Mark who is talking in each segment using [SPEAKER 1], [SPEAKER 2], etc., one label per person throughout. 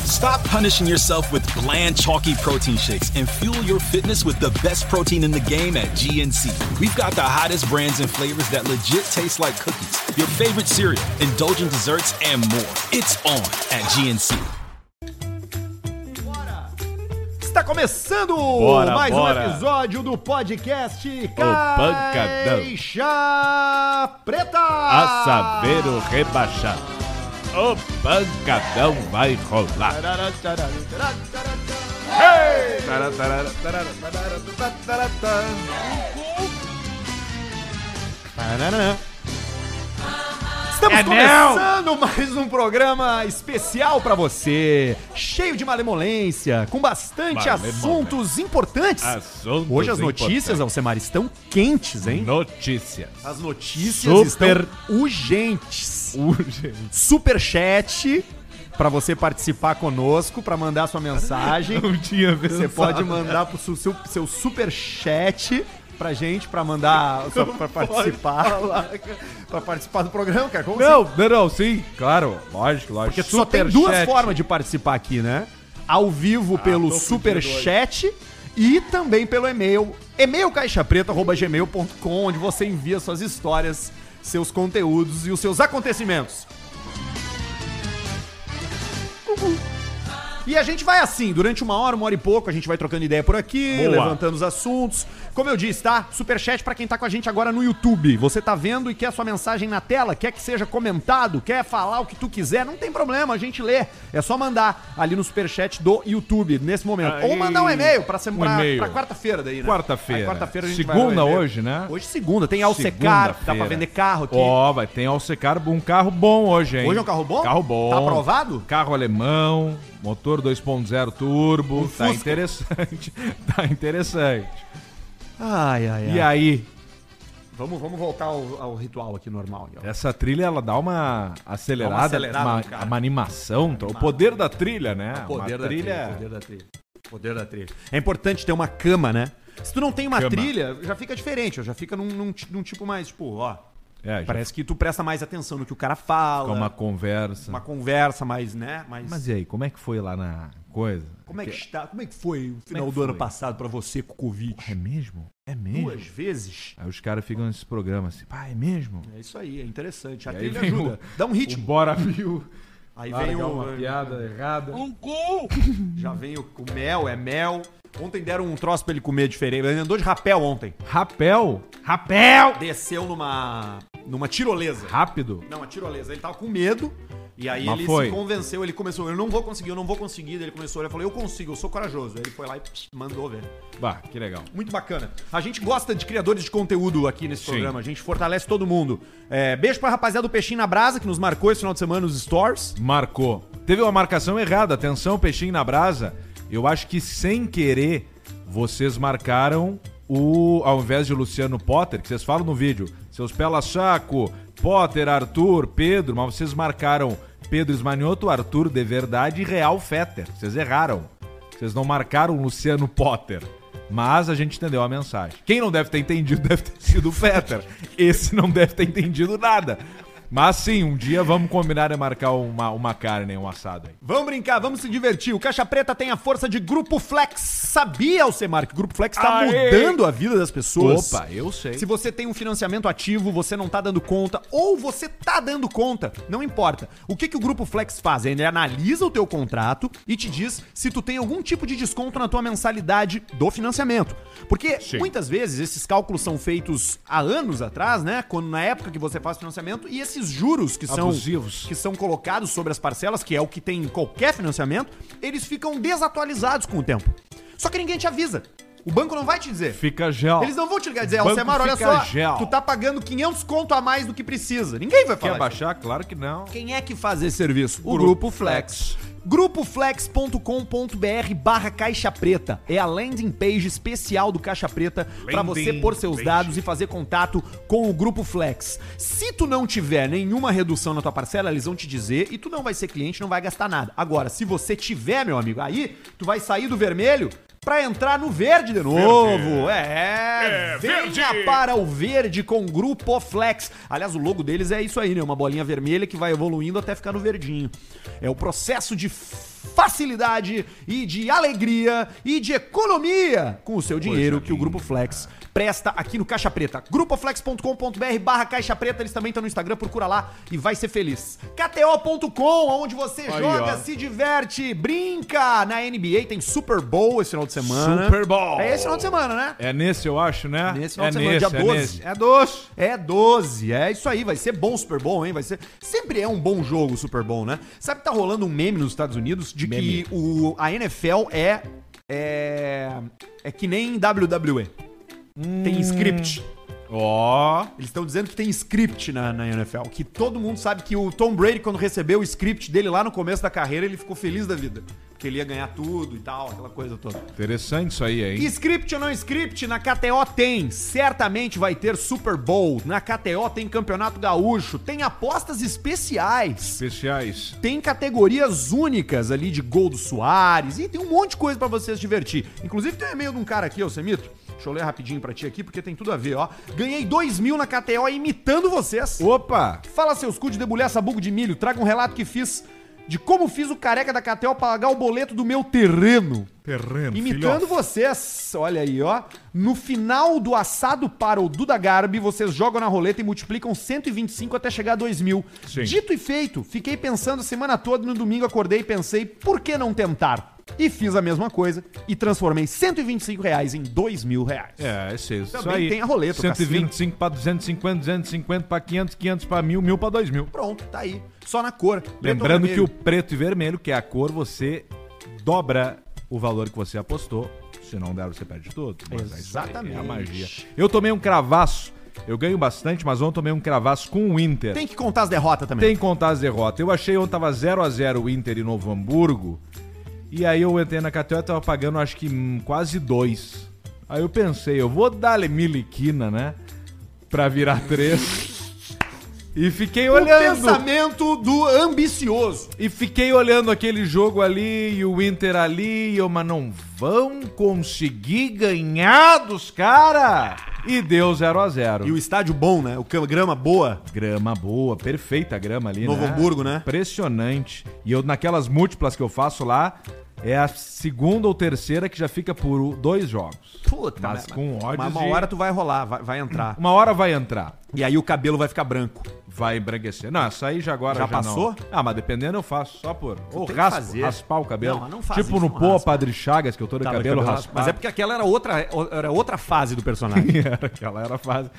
[SPEAKER 1] Stop punishing yourself with bland, chalky protein shakes and fuel your fitness with the best protein in the game at GNC. We've got the hottest brands and flavors that legit taste like cookies, your favorite cereal, indulgent desserts, and more. It's on at GNC.
[SPEAKER 2] Está começando
[SPEAKER 3] Bora,
[SPEAKER 2] mais
[SPEAKER 3] bora.
[SPEAKER 2] um episódio do podcast
[SPEAKER 3] pancadão.
[SPEAKER 2] Caixa Preta.
[SPEAKER 3] Ah. Assaveiro rebaixado. O pancadão vai rolar.
[SPEAKER 2] Estamos
[SPEAKER 3] É
[SPEAKER 2] começando mais um programa especial pra você, cheio de malemolência, com bastante
[SPEAKER 3] Malemolência.
[SPEAKER 2] assuntos importantes.
[SPEAKER 3] Assuntos
[SPEAKER 2] Hoje as notícias,
[SPEAKER 3] importantes.
[SPEAKER 2] Alcemar, estão quentes, hein?
[SPEAKER 3] Notícias.
[SPEAKER 2] As notícias
[SPEAKER 3] Super-
[SPEAKER 2] estão urgentes.
[SPEAKER 3] Uh, Urgente.
[SPEAKER 2] superchat pra você participar conosco, pra mandar sua mensagem.
[SPEAKER 3] Não tinha
[SPEAKER 2] Você
[SPEAKER 3] pensado.
[SPEAKER 2] pode mandar pro seu, seu, seu superchat pra gente, pra mandar, só pra participar. Pra participar do programa, cara. Como assim?
[SPEAKER 3] Não, não, não, sim. Claro, lógico, lógico.
[SPEAKER 2] Porque só tem duas formas de participar aqui, né? Ao vivo pelo
[SPEAKER 3] Ah, tô fudido
[SPEAKER 2] superchat e também pelo e-mail, e-mailcaixapreta.gmail.com, onde você envia suas histórias, seus conteúdos e os seus acontecimentos. E a gente vai assim, durante uma hora, uma hora e pouco, a gente vai trocando ideia por aqui,
[SPEAKER 3] Boa.
[SPEAKER 2] levantando os assuntos. Como eu disse, tá? Superchat pra quem tá com a gente agora no YouTube. Você tá vendo e quer sua mensagem na tela, quer que seja comentado, quer falar o que tu quiser, não tem problema, a gente lê. É só mandar ali no superchat do YouTube, nesse momento.
[SPEAKER 3] Aí.
[SPEAKER 2] Ou mandar um e-mail pra, sem-
[SPEAKER 3] Um
[SPEAKER 2] pra,
[SPEAKER 3] e-mail.
[SPEAKER 2] pra quarta-feira daí, né?
[SPEAKER 3] Quarta-feira.
[SPEAKER 2] Aí Quarta-feira a gente
[SPEAKER 3] Segunda
[SPEAKER 2] vai ler o e-mail.
[SPEAKER 3] hoje, né?
[SPEAKER 2] Hoje segunda. Tem Alcecar, dá pra vender carro aqui.
[SPEAKER 3] Ó, vai ter Alcecar, um carro bom hoje, hein?
[SPEAKER 2] Hoje é um carro bom?
[SPEAKER 3] Carro bom.
[SPEAKER 2] Tá aprovado?
[SPEAKER 3] Carro alemão, motor 2.0 turbo.
[SPEAKER 2] Um
[SPEAKER 3] tá
[SPEAKER 2] Fusca.
[SPEAKER 3] interessante. tá interessante.
[SPEAKER 2] Ai, ai, ai.
[SPEAKER 3] E aí,
[SPEAKER 2] Vamos, vamos voltar ao, ao ritual aqui normal. então. Aqui, ó.
[SPEAKER 3] Essa trilha ela dá uma acelerada,
[SPEAKER 2] Dá uma acelerada
[SPEAKER 3] uma,
[SPEAKER 2] no carro.
[SPEAKER 3] uma animação, então, o poder da trilha, né?
[SPEAKER 2] Poder
[SPEAKER 3] uma
[SPEAKER 2] da trilha. Poder da trilha. Poder da trilha. É importante ter uma cama, né? Se tu não tem uma
[SPEAKER 3] Cama.
[SPEAKER 2] trilha, já fica diferente, ó, já fica num, num ti- num tipo mais, tipo, ó.
[SPEAKER 3] É, já
[SPEAKER 2] Parece que tu presta mais atenção no que o cara
[SPEAKER 3] fica
[SPEAKER 2] fala,
[SPEAKER 3] uma
[SPEAKER 2] é uma,
[SPEAKER 3] conversa.
[SPEAKER 2] conversa mais, né? Mais,
[SPEAKER 3] Mas e aí, como é que foi lá na coisa?
[SPEAKER 2] como é que está? Como é que foi o final
[SPEAKER 3] que
[SPEAKER 2] do
[SPEAKER 3] foi?
[SPEAKER 2] ano passado pra você com o Covid?
[SPEAKER 3] É mesmo? É mesmo?
[SPEAKER 2] Duas vezes?
[SPEAKER 3] Aí os caras ficam nesse programa assim, pá, é mesmo?
[SPEAKER 2] É isso aí, é interessante. A
[SPEAKER 3] E aí
[SPEAKER 2] trilha
[SPEAKER 3] vem
[SPEAKER 2] ajuda.
[SPEAKER 3] o-
[SPEAKER 2] Dá um ritmo.
[SPEAKER 3] O Bora Viu.
[SPEAKER 2] Aí
[SPEAKER 3] Larga
[SPEAKER 2] vem o. eh,
[SPEAKER 3] errada.
[SPEAKER 2] Já vem o, o mel, é mel. Ontem deram um troço pra ele comer diferente. Ele andou de rapel ontem.
[SPEAKER 3] Rapel! Rapel!
[SPEAKER 2] desceu numa numa tirolesa.
[SPEAKER 3] Rápido.
[SPEAKER 2] Não, uma tirolesa. Ele tava com medo. E aí
[SPEAKER 3] Mas
[SPEAKER 2] ele
[SPEAKER 3] foi.
[SPEAKER 2] se convenceu, ele começou, eu não vou conseguir, eu não vou conseguir. Daí Ele começou, ele falou, eu consigo, eu sou corajoso. Aí Ele foi lá e pss, mandou, velho.
[SPEAKER 3] Bah, que legal.
[SPEAKER 2] Muito bacana. A gente gosta de criadores de conteúdo aqui nesse
[SPEAKER 3] Sim.
[SPEAKER 2] programa, a gente fortalece todo mundo. É, beijo pra rapaziada do Peixinho na Brasa, que nos marcou esse final de semana nos stores.
[SPEAKER 3] Marcou. Teve uma marcação errada. Atenção, peixinho na brasa. Eu acho que sem querer vocês marcaram o. Ao invés de Luciano Potter, que vocês falam no vídeo, seus pela saco, Potter, Arthur, Pedro, mas vocês marcaram Pedro Esmanioto, Arthur de verdade e Real Fetter. Vocês erraram. Vocês não marcaram Luciano Potter. Mas a gente entendeu a mensagem. Quem não deve ter entendido deve ter sido o Fetter. Esse não deve ter entendido nada. Mas sim, um dia vamos combinar de marcar uma, uma carne, um assado aí.
[SPEAKER 2] Vamos brincar, vamos se divertir. O Caixa Preta tem a força de Grupo Flex. Sabia, Alcemar, que o Grupo Flex tá
[SPEAKER 3] Aê!
[SPEAKER 2] mudando a vida das pessoas?
[SPEAKER 3] Opa, eu sei.
[SPEAKER 2] Se você tem um financiamento ativo, você não tá dando conta, ou você tá dando conta, não importa. O que, que o Grupo Flex faz? Ele analisa o teu contrato e te diz se tu tem algum tipo de desconto na tua mensalidade do financiamento. Porque
[SPEAKER 3] Sim.
[SPEAKER 2] muitas vezes esses cálculos são feitos há anos atrás, né? Quando na época que você faz financiamento, e esses juros que são
[SPEAKER 3] Abusivos.
[SPEAKER 2] que são colocados sobre as parcelas, que é o que tem em qualquer financiamento, eles ficam desatualizados com o tempo. Só que ninguém te avisa. O banco não vai te dizer.
[SPEAKER 3] Fica gel.
[SPEAKER 2] Eles não vão te ligar e dizer,
[SPEAKER 3] Banco
[SPEAKER 2] Alcemar, olha
[SPEAKER 3] fica
[SPEAKER 2] só,
[SPEAKER 3] gel.
[SPEAKER 2] tu tá pagando 500 conto a mais do que precisa. Ninguém vai
[SPEAKER 3] Quer
[SPEAKER 2] falar isso.
[SPEAKER 3] baixar? Claro que não.
[SPEAKER 2] Quem é que faz esse serviço? O
[SPEAKER 3] Grupo
[SPEAKER 2] Grupo Flex. Grupoflex.com.br barra Caixa Preta. É a landing page especial do Caixa Preta para
[SPEAKER 3] Landing
[SPEAKER 2] você pôr seus
[SPEAKER 3] page.
[SPEAKER 2] dados e fazer contato com o Grupo Flex. Se tu não tiver nenhuma redução na tua parcela, eles vão te dizer e tu não vai ser cliente, não vai gastar nada. Agora, se você tiver, meu amigo, aí tu vai sair do vermelho pra entrar no verde de novo. É,
[SPEAKER 4] É,
[SPEAKER 2] venha
[SPEAKER 4] verde.
[SPEAKER 2] para o verde com Grupo Flex. Aliás, o logo deles é isso aí, né? Uma bolinha vermelha que vai evoluindo até ficar no verdinho. É o processo de facilidade e de alegria e de economia com o seu dinheiro que o Grupo Flex presta aqui no Caixa Preta. Grupoflex.com.br barra Caixa Preta, eles também estão no Instagram, procura lá e vai ser feliz. KTO.com, onde você joga,
[SPEAKER 3] ó.
[SPEAKER 2] se diverte, brinca. Na NBA tem Super Bowl esse final de semana.
[SPEAKER 3] Super Bowl.
[SPEAKER 2] É esse final de semana, né?
[SPEAKER 3] É nesse, eu acho, né?
[SPEAKER 2] Nesse final
[SPEAKER 3] é
[SPEAKER 2] de semana, dia 12.
[SPEAKER 3] É, doce.
[SPEAKER 2] É 12, é isso aí, vai ser bom o Super Bowl, hein? Vai ser. Sempre é um bom jogo o Super Bowl, né? Sabe que tá rolando um meme nos Estados Unidos de que o, a NFL é, é. É que nem WWE. Tem script.
[SPEAKER 3] Ó.
[SPEAKER 2] Eles estão dizendo que tem script na, na NFL. Que todo mundo sabe que o Tom Brady, quando recebeu o script dele lá no começo da carreira, ele ficou feliz da vida. Porque ele ia ganhar tudo e tal, aquela coisa toda.
[SPEAKER 3] Interessante isso aí, hein?
[SPEAKER 2] Script ou não script, na KTO tem. Certamente vai ter Super Bowl. Na KTO tem Campeonato Gaúcho. Tem apostas especiais.
[SPEAKER 3] Especiais.
[SPEAKER 2] Tem categorias únicas ali de gol do Soares. E tem um monte de coisa pra você se divertir. Inclusive tem um e-mail de um cara aqui, ô Semito. Deixa eu ler rapidinho pra ti aqui, porque tem tudo a ver, ó. Ganhei dois mil na KTO imitando vocês.
[SPEAKER 3] Opa!
[SPEAKER 2] Fala seus cu de debulhar sabugo de milho. Traga um relato que fiz de como fiz o careca da KTO pagar o boleto do meu terreno.
[SPEAKER 3] Terreno,
[SPEAKER 2] Imitando vocês, olha aí, ó. No final do assado para o Duda Garbi, vocês jogam na roleta e multiplicam 125 até chegar a 2 mil.
[SPEAKER 3] Sim.
[SPEAKER 2] Dito e feito, fiquei pensando a semana toda, no domingo acordei e pensei, por que não tentar? E fiz a mesma coisa e transformei 125 reais em 2 mil reais.
[SPEAKER 3] É, esse, isso
[SPEAKER 2] Também
[SPEAKER 3] aí.
[SPEAKER 2] tem a roleta, o
[SPEAKER 3] 125 pra 250, 250 pra 500, 500 pra 1000, 1000 pra 2000.
[SPEAKER 2] Pronto, tá aí. Só na cor.
[SPEAKER 3] Lembrando que o preto e vermelho, que é a cor, você dobra o valor que você apostou. Se não der, você perde tudo. Mas é isso aí,
[SPEAKER 2] Exatamente.
[SPEAKER 3] É a magia. Eu tomei um cravaço. Eu ganho bastante, mas ontem tomei um cravaço com o Inter.
[SPEAKER 2] Tem que contar as derrotas também.
[SPEAKER 3] Tem que contar as derrotas. Eu achei ontem tava 0x0 o Inter e Novo Hamburgo. E aí eu entrei na KTO e tava pagando acho que hum, quase dois. Aí eu pensei, eu vou dar-lhe miliquina, né? Pra virar três. E fiquei
[SPEAKER 2] o
[SPEAKER 3] olhando.
[SPEAKER 2] pensamento do ambicioso.
[SPEAKER 3] E fiquei olhando aquele jogo ali e o Inter ali, e eu, mas não vão conseguir ganhar dos cara! E deu 0 a 0
[SPEAKER 2] E o estádio bom, né? O cam- grama boa.
[SPEAKER 3] Grama boa, perfeita a grama ali,
[SPEAKER 2] Novo
[SPEAKER 3] né?
[SPEAKER 2] Hamburgo, né?
[SPEAKER 3] Impressionante. E eu, naquelas múltiplas que eu faço lá, é a segunda ou terceira que já fica por dois jogos.
[SPEAKER 2] Puta,
[SPEAKER 3] Mas com odds
[SPEAKER 2] Mas uma
[SPEAKER 3] de-
[SPEAKER 2] hora tu vai rolar, vai, vai entrar.
[SPEAKER 3] Uma hora vai entrar,
[SPEAKER 2] E aí o cabelo vai ficar branco.
[SPEAKER 3] vai embranquecer. Não, essa aí já agora
[SPEAKER 2] Já
[SPEAKER 3] não.
[SPEAKER 2] passou?
[SPEAKER 3] Ah, mas dependendo eu faço, só por... Ou
[SPEAKER 2] tem que
[SPEAKER 3] raspo,
[SPEAKER 2] fazer.
[SPEAKER 3] raspar o cabelo.
[SPEAKER 2] Não, mas não faz
[SPEAKER 3] tipo
[SPEAKER 2] isso,
[SPEAKER 3] no
[SPEAKER 2] não
[SPEAKER 3] Pô
[SPEAKER 2] raspa.
[SPEAKER 3] Padre Chagas, que eu tô de cabelo, raspado.
[SPEAKER 2] Mas é porque aquela era outra, era outra fase do personagem.
[SPEAKER 3] era aquela era a fase.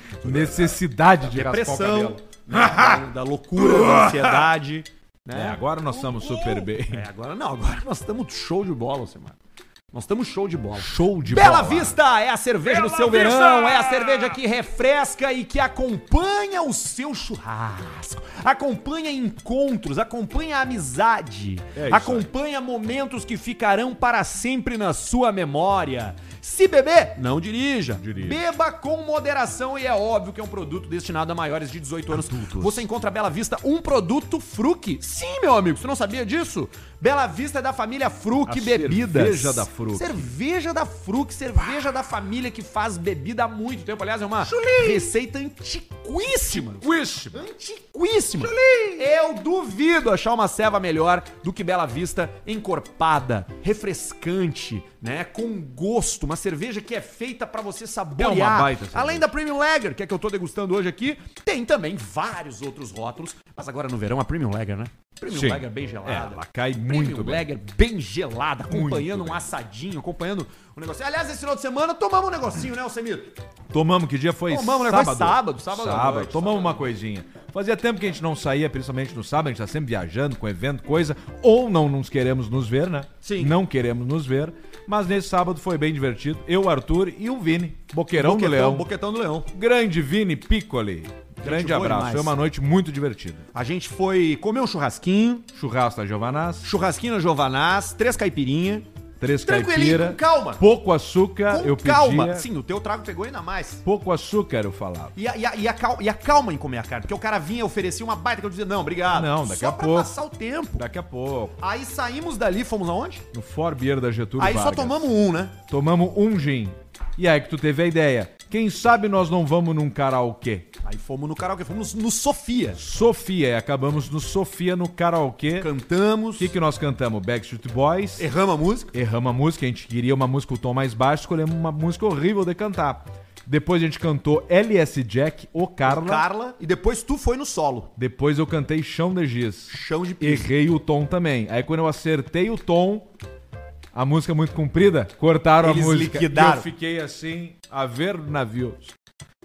[SPEAKER 3] Necessidade de raspar o
[SPEAKER 2] É Depressão,
[SPEAKER 3] cabelo.
[SPEAKER 2] né, da, da loucura, da ansiedade.
[SPEAKER 3] É,
[SPEAKER 2] Né?
[SPEAKER 3] agora nós estamos super bem.
[SPEAKER 2] É, agora não, agora nós estamos show de bola, Semana. Nós estamos show de bola.
[SPEAKER 3] Show de
[SPEAKER 2] Bela
[SPEAKER 3] bola.
[SPEAKER 2] Vista é a cerveja do
[SPEAKER 4] Bela
[SPEAKER 2] seu
[SPEAKER 4] Vista!
[SPEAKER 2] verão, é a cerveja que refresca e que acompanha o seu churrasco, acompanha encontros, acompanha a amizade,
[SPEAKER 3] É isso
[SPEAKER 2] acompanha momentos que ficarão para sempre na sua memória. Se beber, não dirija.
[SPEAKER 3] Dirija.
[SPEAKER 2] Beba com moderação e é óbvio que é um produto destinado a maiores de 18 anos. Você encontra Bela Vista um produto Fruc. Sim, meu amigo, você não sabia disso? Bela Vista é da família Fruc
[SPEAKER 3] A
[SPEAKER 2] Bebidas.
[SPEAKER 3] cerveja da Fruc.
[SPEAKER 2] Cerveja da Fruc, cerveja da família que faz bebida há muito tempo. Aliás, é uma receita antiquíssima.
[SPEAKER 3] Wish.
[SPEAKER 2] Antiquíssima. Eu duvido achar uma ceva melhor do que Bela Vista encorpada, refrescante, né? Com gosto. Uma cerveja que é feita pra você saborear.
[SPEAKER 3] É uma baita cerveja.
[SPEAKER 2] Além da Premium Lager, que é que eu tô degustando hoje aqui, tem também vários outros rótulos. Mas agora no verão a Premium Lager, né? Premium
[SPEAKER 3] Sim.
[SPEAKER 2] Lager bem gelada.
[SPEAKER 3] É, ela cai
[SPEAKER 2] Premium
[SPEAKER 3] muito bem.
[SPEAKER 2] Lager bem gelada, acompanhando
[SPEAKER 3] Muito
[SPEAKER 2] um assadinho, acompanhando um negocinho. Aliás, esse final de semana tomamos um negocinho, né, Alcemir?
[SPEAKER 3] Tomamos, que dia foi?
[SPEAKER 2] Tomamos, né? Foi sábado, sábado à noite,
[SPEAKER 3] tomamos uma coisinha. Fazia tempo que a gente não saía, principalmente no sábado, a gente tá sempre viajando com evento, coisa, ou não nos queremos nos ver, né?
[SPEAKER 2] Sim.
[SPEAKER 3] Não queremos nos ver, mas nesse sábado foi bem divertido. Eu, Arthur e o Vini, Boqueirão do É um Leão.
[SPEAKER 2] Boquetão do Leão.
[SPEAKER 3] Grande Vini Piccoli. Grande
[SPEAKER 2] boa
[SPEAKER 3] abraço,
[SPEAKER 2] demais.
[SPEAKER 3] foi uma noite muito divertida.
[SPEAKER 2] A gente foi comer um churrasquinho,
[SPEAKER 3] Churrasco da Giovanás.
[SPEAKER 2] churrasquinho na Giovanás, três caipirinha,
[SPEAKER 3] três
[SPEAKER 2] Tranquilinho,
[SPEAKER 3] caipira,
[SPEAKER 2] com calma.
[SPEAKER 3] pouco açúcar, eu
[SPEAKER 2] Com
[SPEAKER 3] pedia.
[SPEAKER 2] calma. Sim, o teu trago pegou ainda mais.
[SPEAKER 3] Pouco açúcar, eu falava.
[SPEAKER 2] E a, e, a, e, a cal- e a calma em comer a carne, porque o cara vinha e oferecia uma baita que eu dizia, não, obrigado.
[SPEAKER 3] Não, daqui
[SPEAKER 2] Só
[SPEAKER 3] a
[SPEAKER 2] pra
[SPEAKER 3] pouco.
[SPEAKER 2] passar o tempo.
[SPEAKER 3] Daqui a pouco,
[SPEAKER 2] Aí saímos dali, fomos aonde?
[SPEAKER 3] no Forbier da Getúlio
[SPEAKER 2] Aí só
[SPEAKER 3] Vargas.
[SPEAKER 2] tomamos um, né?
[SPEAKER 3] Tomamos um gin. E aí que tu teve a ideia. Quem sabe nós não vamos num karaokê?
[SPEAKER 2] Aí fomos no karaokê, fomos no, no Sofia.
[SPEAKER 3] Sofia, e acabamos no Sofia, no karaokê. O
[SPEAKER 2] Cantamos,
[SPEAKER 3] que, que nós cantamos? Backstreet Boys.
[SPEAKER 2] erramos a música.
[SPEAKER 3] Erramos a música, a gente queria uma música com tom mais baixo, escolhemos uma música horrível de cantar. Depois a gente cantou LS Jack, O Carla.
[SPEAKER 2] Carla, e depois tu foi no solo.
[SPEAKER 3] Depois eu cantei Chão de Giz.
[SPEAKER 2] Chão de piso.
[SPEAKER 3] Errei o tom também. Aí quando eu acertei o tom, a música é muito comprida, cortaram
[SPEAKER 2] Eles
[SPEAKER 3] a música.
[SPEAKER 2] liquidaram.
[SPEAKER 3] E eu fiquei assim, a ver navios.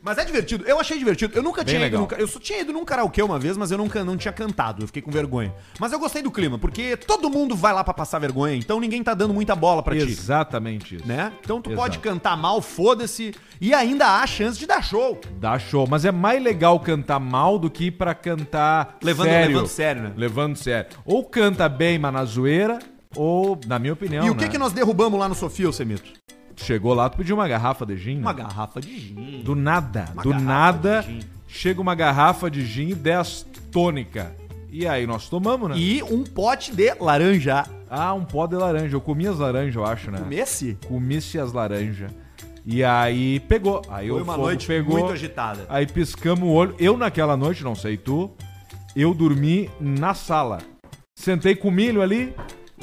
[SPEAKER 2] Mas é divertido, eu achei divertido. Eu nunca
[SPEAKER 3] Bem
[SPEAKER 2] tinha ido
[SPEAKER 3] legal.
[SPEAKER 2] num, ca- Eu só tinha ido num karaokê uma vez, mas eu nunca não tinha cantado. Eu fiquei com vergonha. Mas eu gostei do clima, porque todo mundo vai lá pra passar vergonha, então ninguém tá dando muita bola pra ti.
[SPEAKER 3] Exatamente isso.
[SPEAKER 2] Né? Então tu
[SPEAKER 3] Exato.
[SPEAKER 2] pode cantar mal, foda-se, e ainda há a chance de dar show.
[SPEAKER 3] Dá show. Mas é mais legal cantar mal do que ir pra cantar
[SPEAKER 2] Levando-
[SPEAKER 3] sério.
[SPEAKER 2] levando sério, né?
[SPEAKER 3] Levando sério. Ou canta bem, mas na zoeira, ou, na minha opinião,
[SPEAKER 2] e o que
[SPEAKER 3] né?
[SPEAKER 2] que nós derrubamos lá no Sofia, Semito?
[SPEAKER 3] Chegou lá, tu pediu uma garrafa de gin? né?
[SPEAKER 2] Uma garrafa de gin.
[SPEAKER 3] Do nada,
[SPEAKER 2] Uma
[SPEAKER 3] do
[SPEAKER 2] garrafa
[SPEAKER 3] nada,
[SPEAKER 2] de gin.
[SPEAKER 3] chega uma garrafa de gin e 10 tônica. E aí nós tomamos, né?
[SPEAKER 2] E um pote de laranja.
[SPEAKER 3] Ah, um pó de laranja. Eu comi as laranjas, eu acho, né?
[SPEAKER 2] Comesse?
[SPEAKER 3] Comi-se as laranjas. E aí pegou. Aí
[SPEAKER 2] Foi
[SPEAKER 3] o
[SPEAKER 2] uma
[SPEAKER 3] fogo
[SPEAKER 2] noite
[SPEAKER 3] pegou,
[SPEAKER 2] muito agitada.
[SPEAKER 3] Aí piscamos o olho. Eu naquela noite, não sei tu, eu dormi na sala. Sentei com milho ali,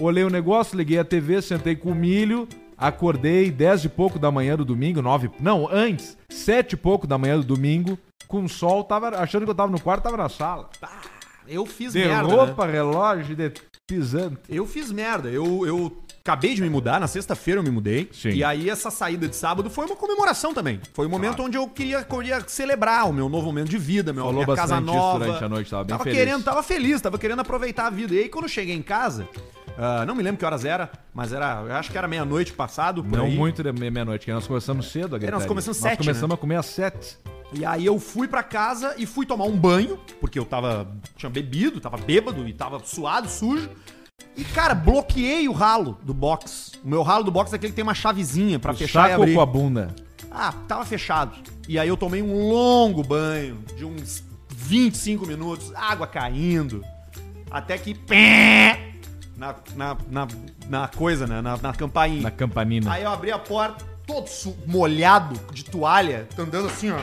[SPEAKER 3] olhei o negócio, liguei a TV, sentei com milho, acordei 10 e pouco da manhã do domingo, 9. Não, antes, 7 e pouco da manhã do domingo, com sol, tava achando que eu tava no quarto, tava na sala.
[SPEAKER 2] Eu fiz
[SPEAKER 3] De
[SPEAKER 2] Tá merda. né?
[SPEAKER 3] roupa, relógio, de pisante.
[SPEAKER 2] Eu fiz merda. Eu, eu acabei de me mudar, na sexta-feira eu me mudei.
[SPEAKER 3] Sim.
[SPEAKER 2] E aí essa saída de sábado foi uma comemoração também. Foi um momento onde eu queria, queria celebrar o meu novo momento de vida, meu,
[SPEAKER 3] Falou
[SPEAKER 2] minha casa
[SPEAKER 3] bastante isso
[SPEAKER 2] nova.
[SPEAKER 3] durante a noite, tava bem feliz.
[SPEAKER 2] querendo, tava feliz, tava querendo aproveitar a vida. E aí quando eu cheguei em casa, ah, não me lembro que horas era, mas era, eu acho que era meia-noite passado, por
[SPEAKER 3] Não
[SPEAKER 2] aí.
[SPEAKER 3] muito de meia- meia-noite, que nós começamos cedo a gritaria.
[SPEAKER 2] É, começamos
[SPEAKER 3] Nós
[SPEAKER 2] sete,
[SPEAKER 3] começamos
[SPEAKER 2] né?
[SPEAKER 3] a comer às sete.
[SPEAKER 2] E aí eu fui pra casa e fui tomar um banho, porque eu tava. tinha bebido, tava bêbado e tava suado, sujo. E, cara, bloqueei o ralo do box. O meu ralo do box é aquele que tem uma chavezinha pra fechar e
[SPEAKER 3] Chaco
[SPEAKER 2] abrir.
[SPEAKER 3] com a bunda.
[SPEAKER 2] Ah, tava fechado. E aí eu tomei um longo banho de uns 25 minutos, água caindo. Até que. pé, Na, na, na, na coisa, né? Na, na campainha.
[SPEAKER 3] Na campanina.
[SPEAKER 2] Aí eu abri a porta, todo su- molhado de toalha, tá andando assim, ó.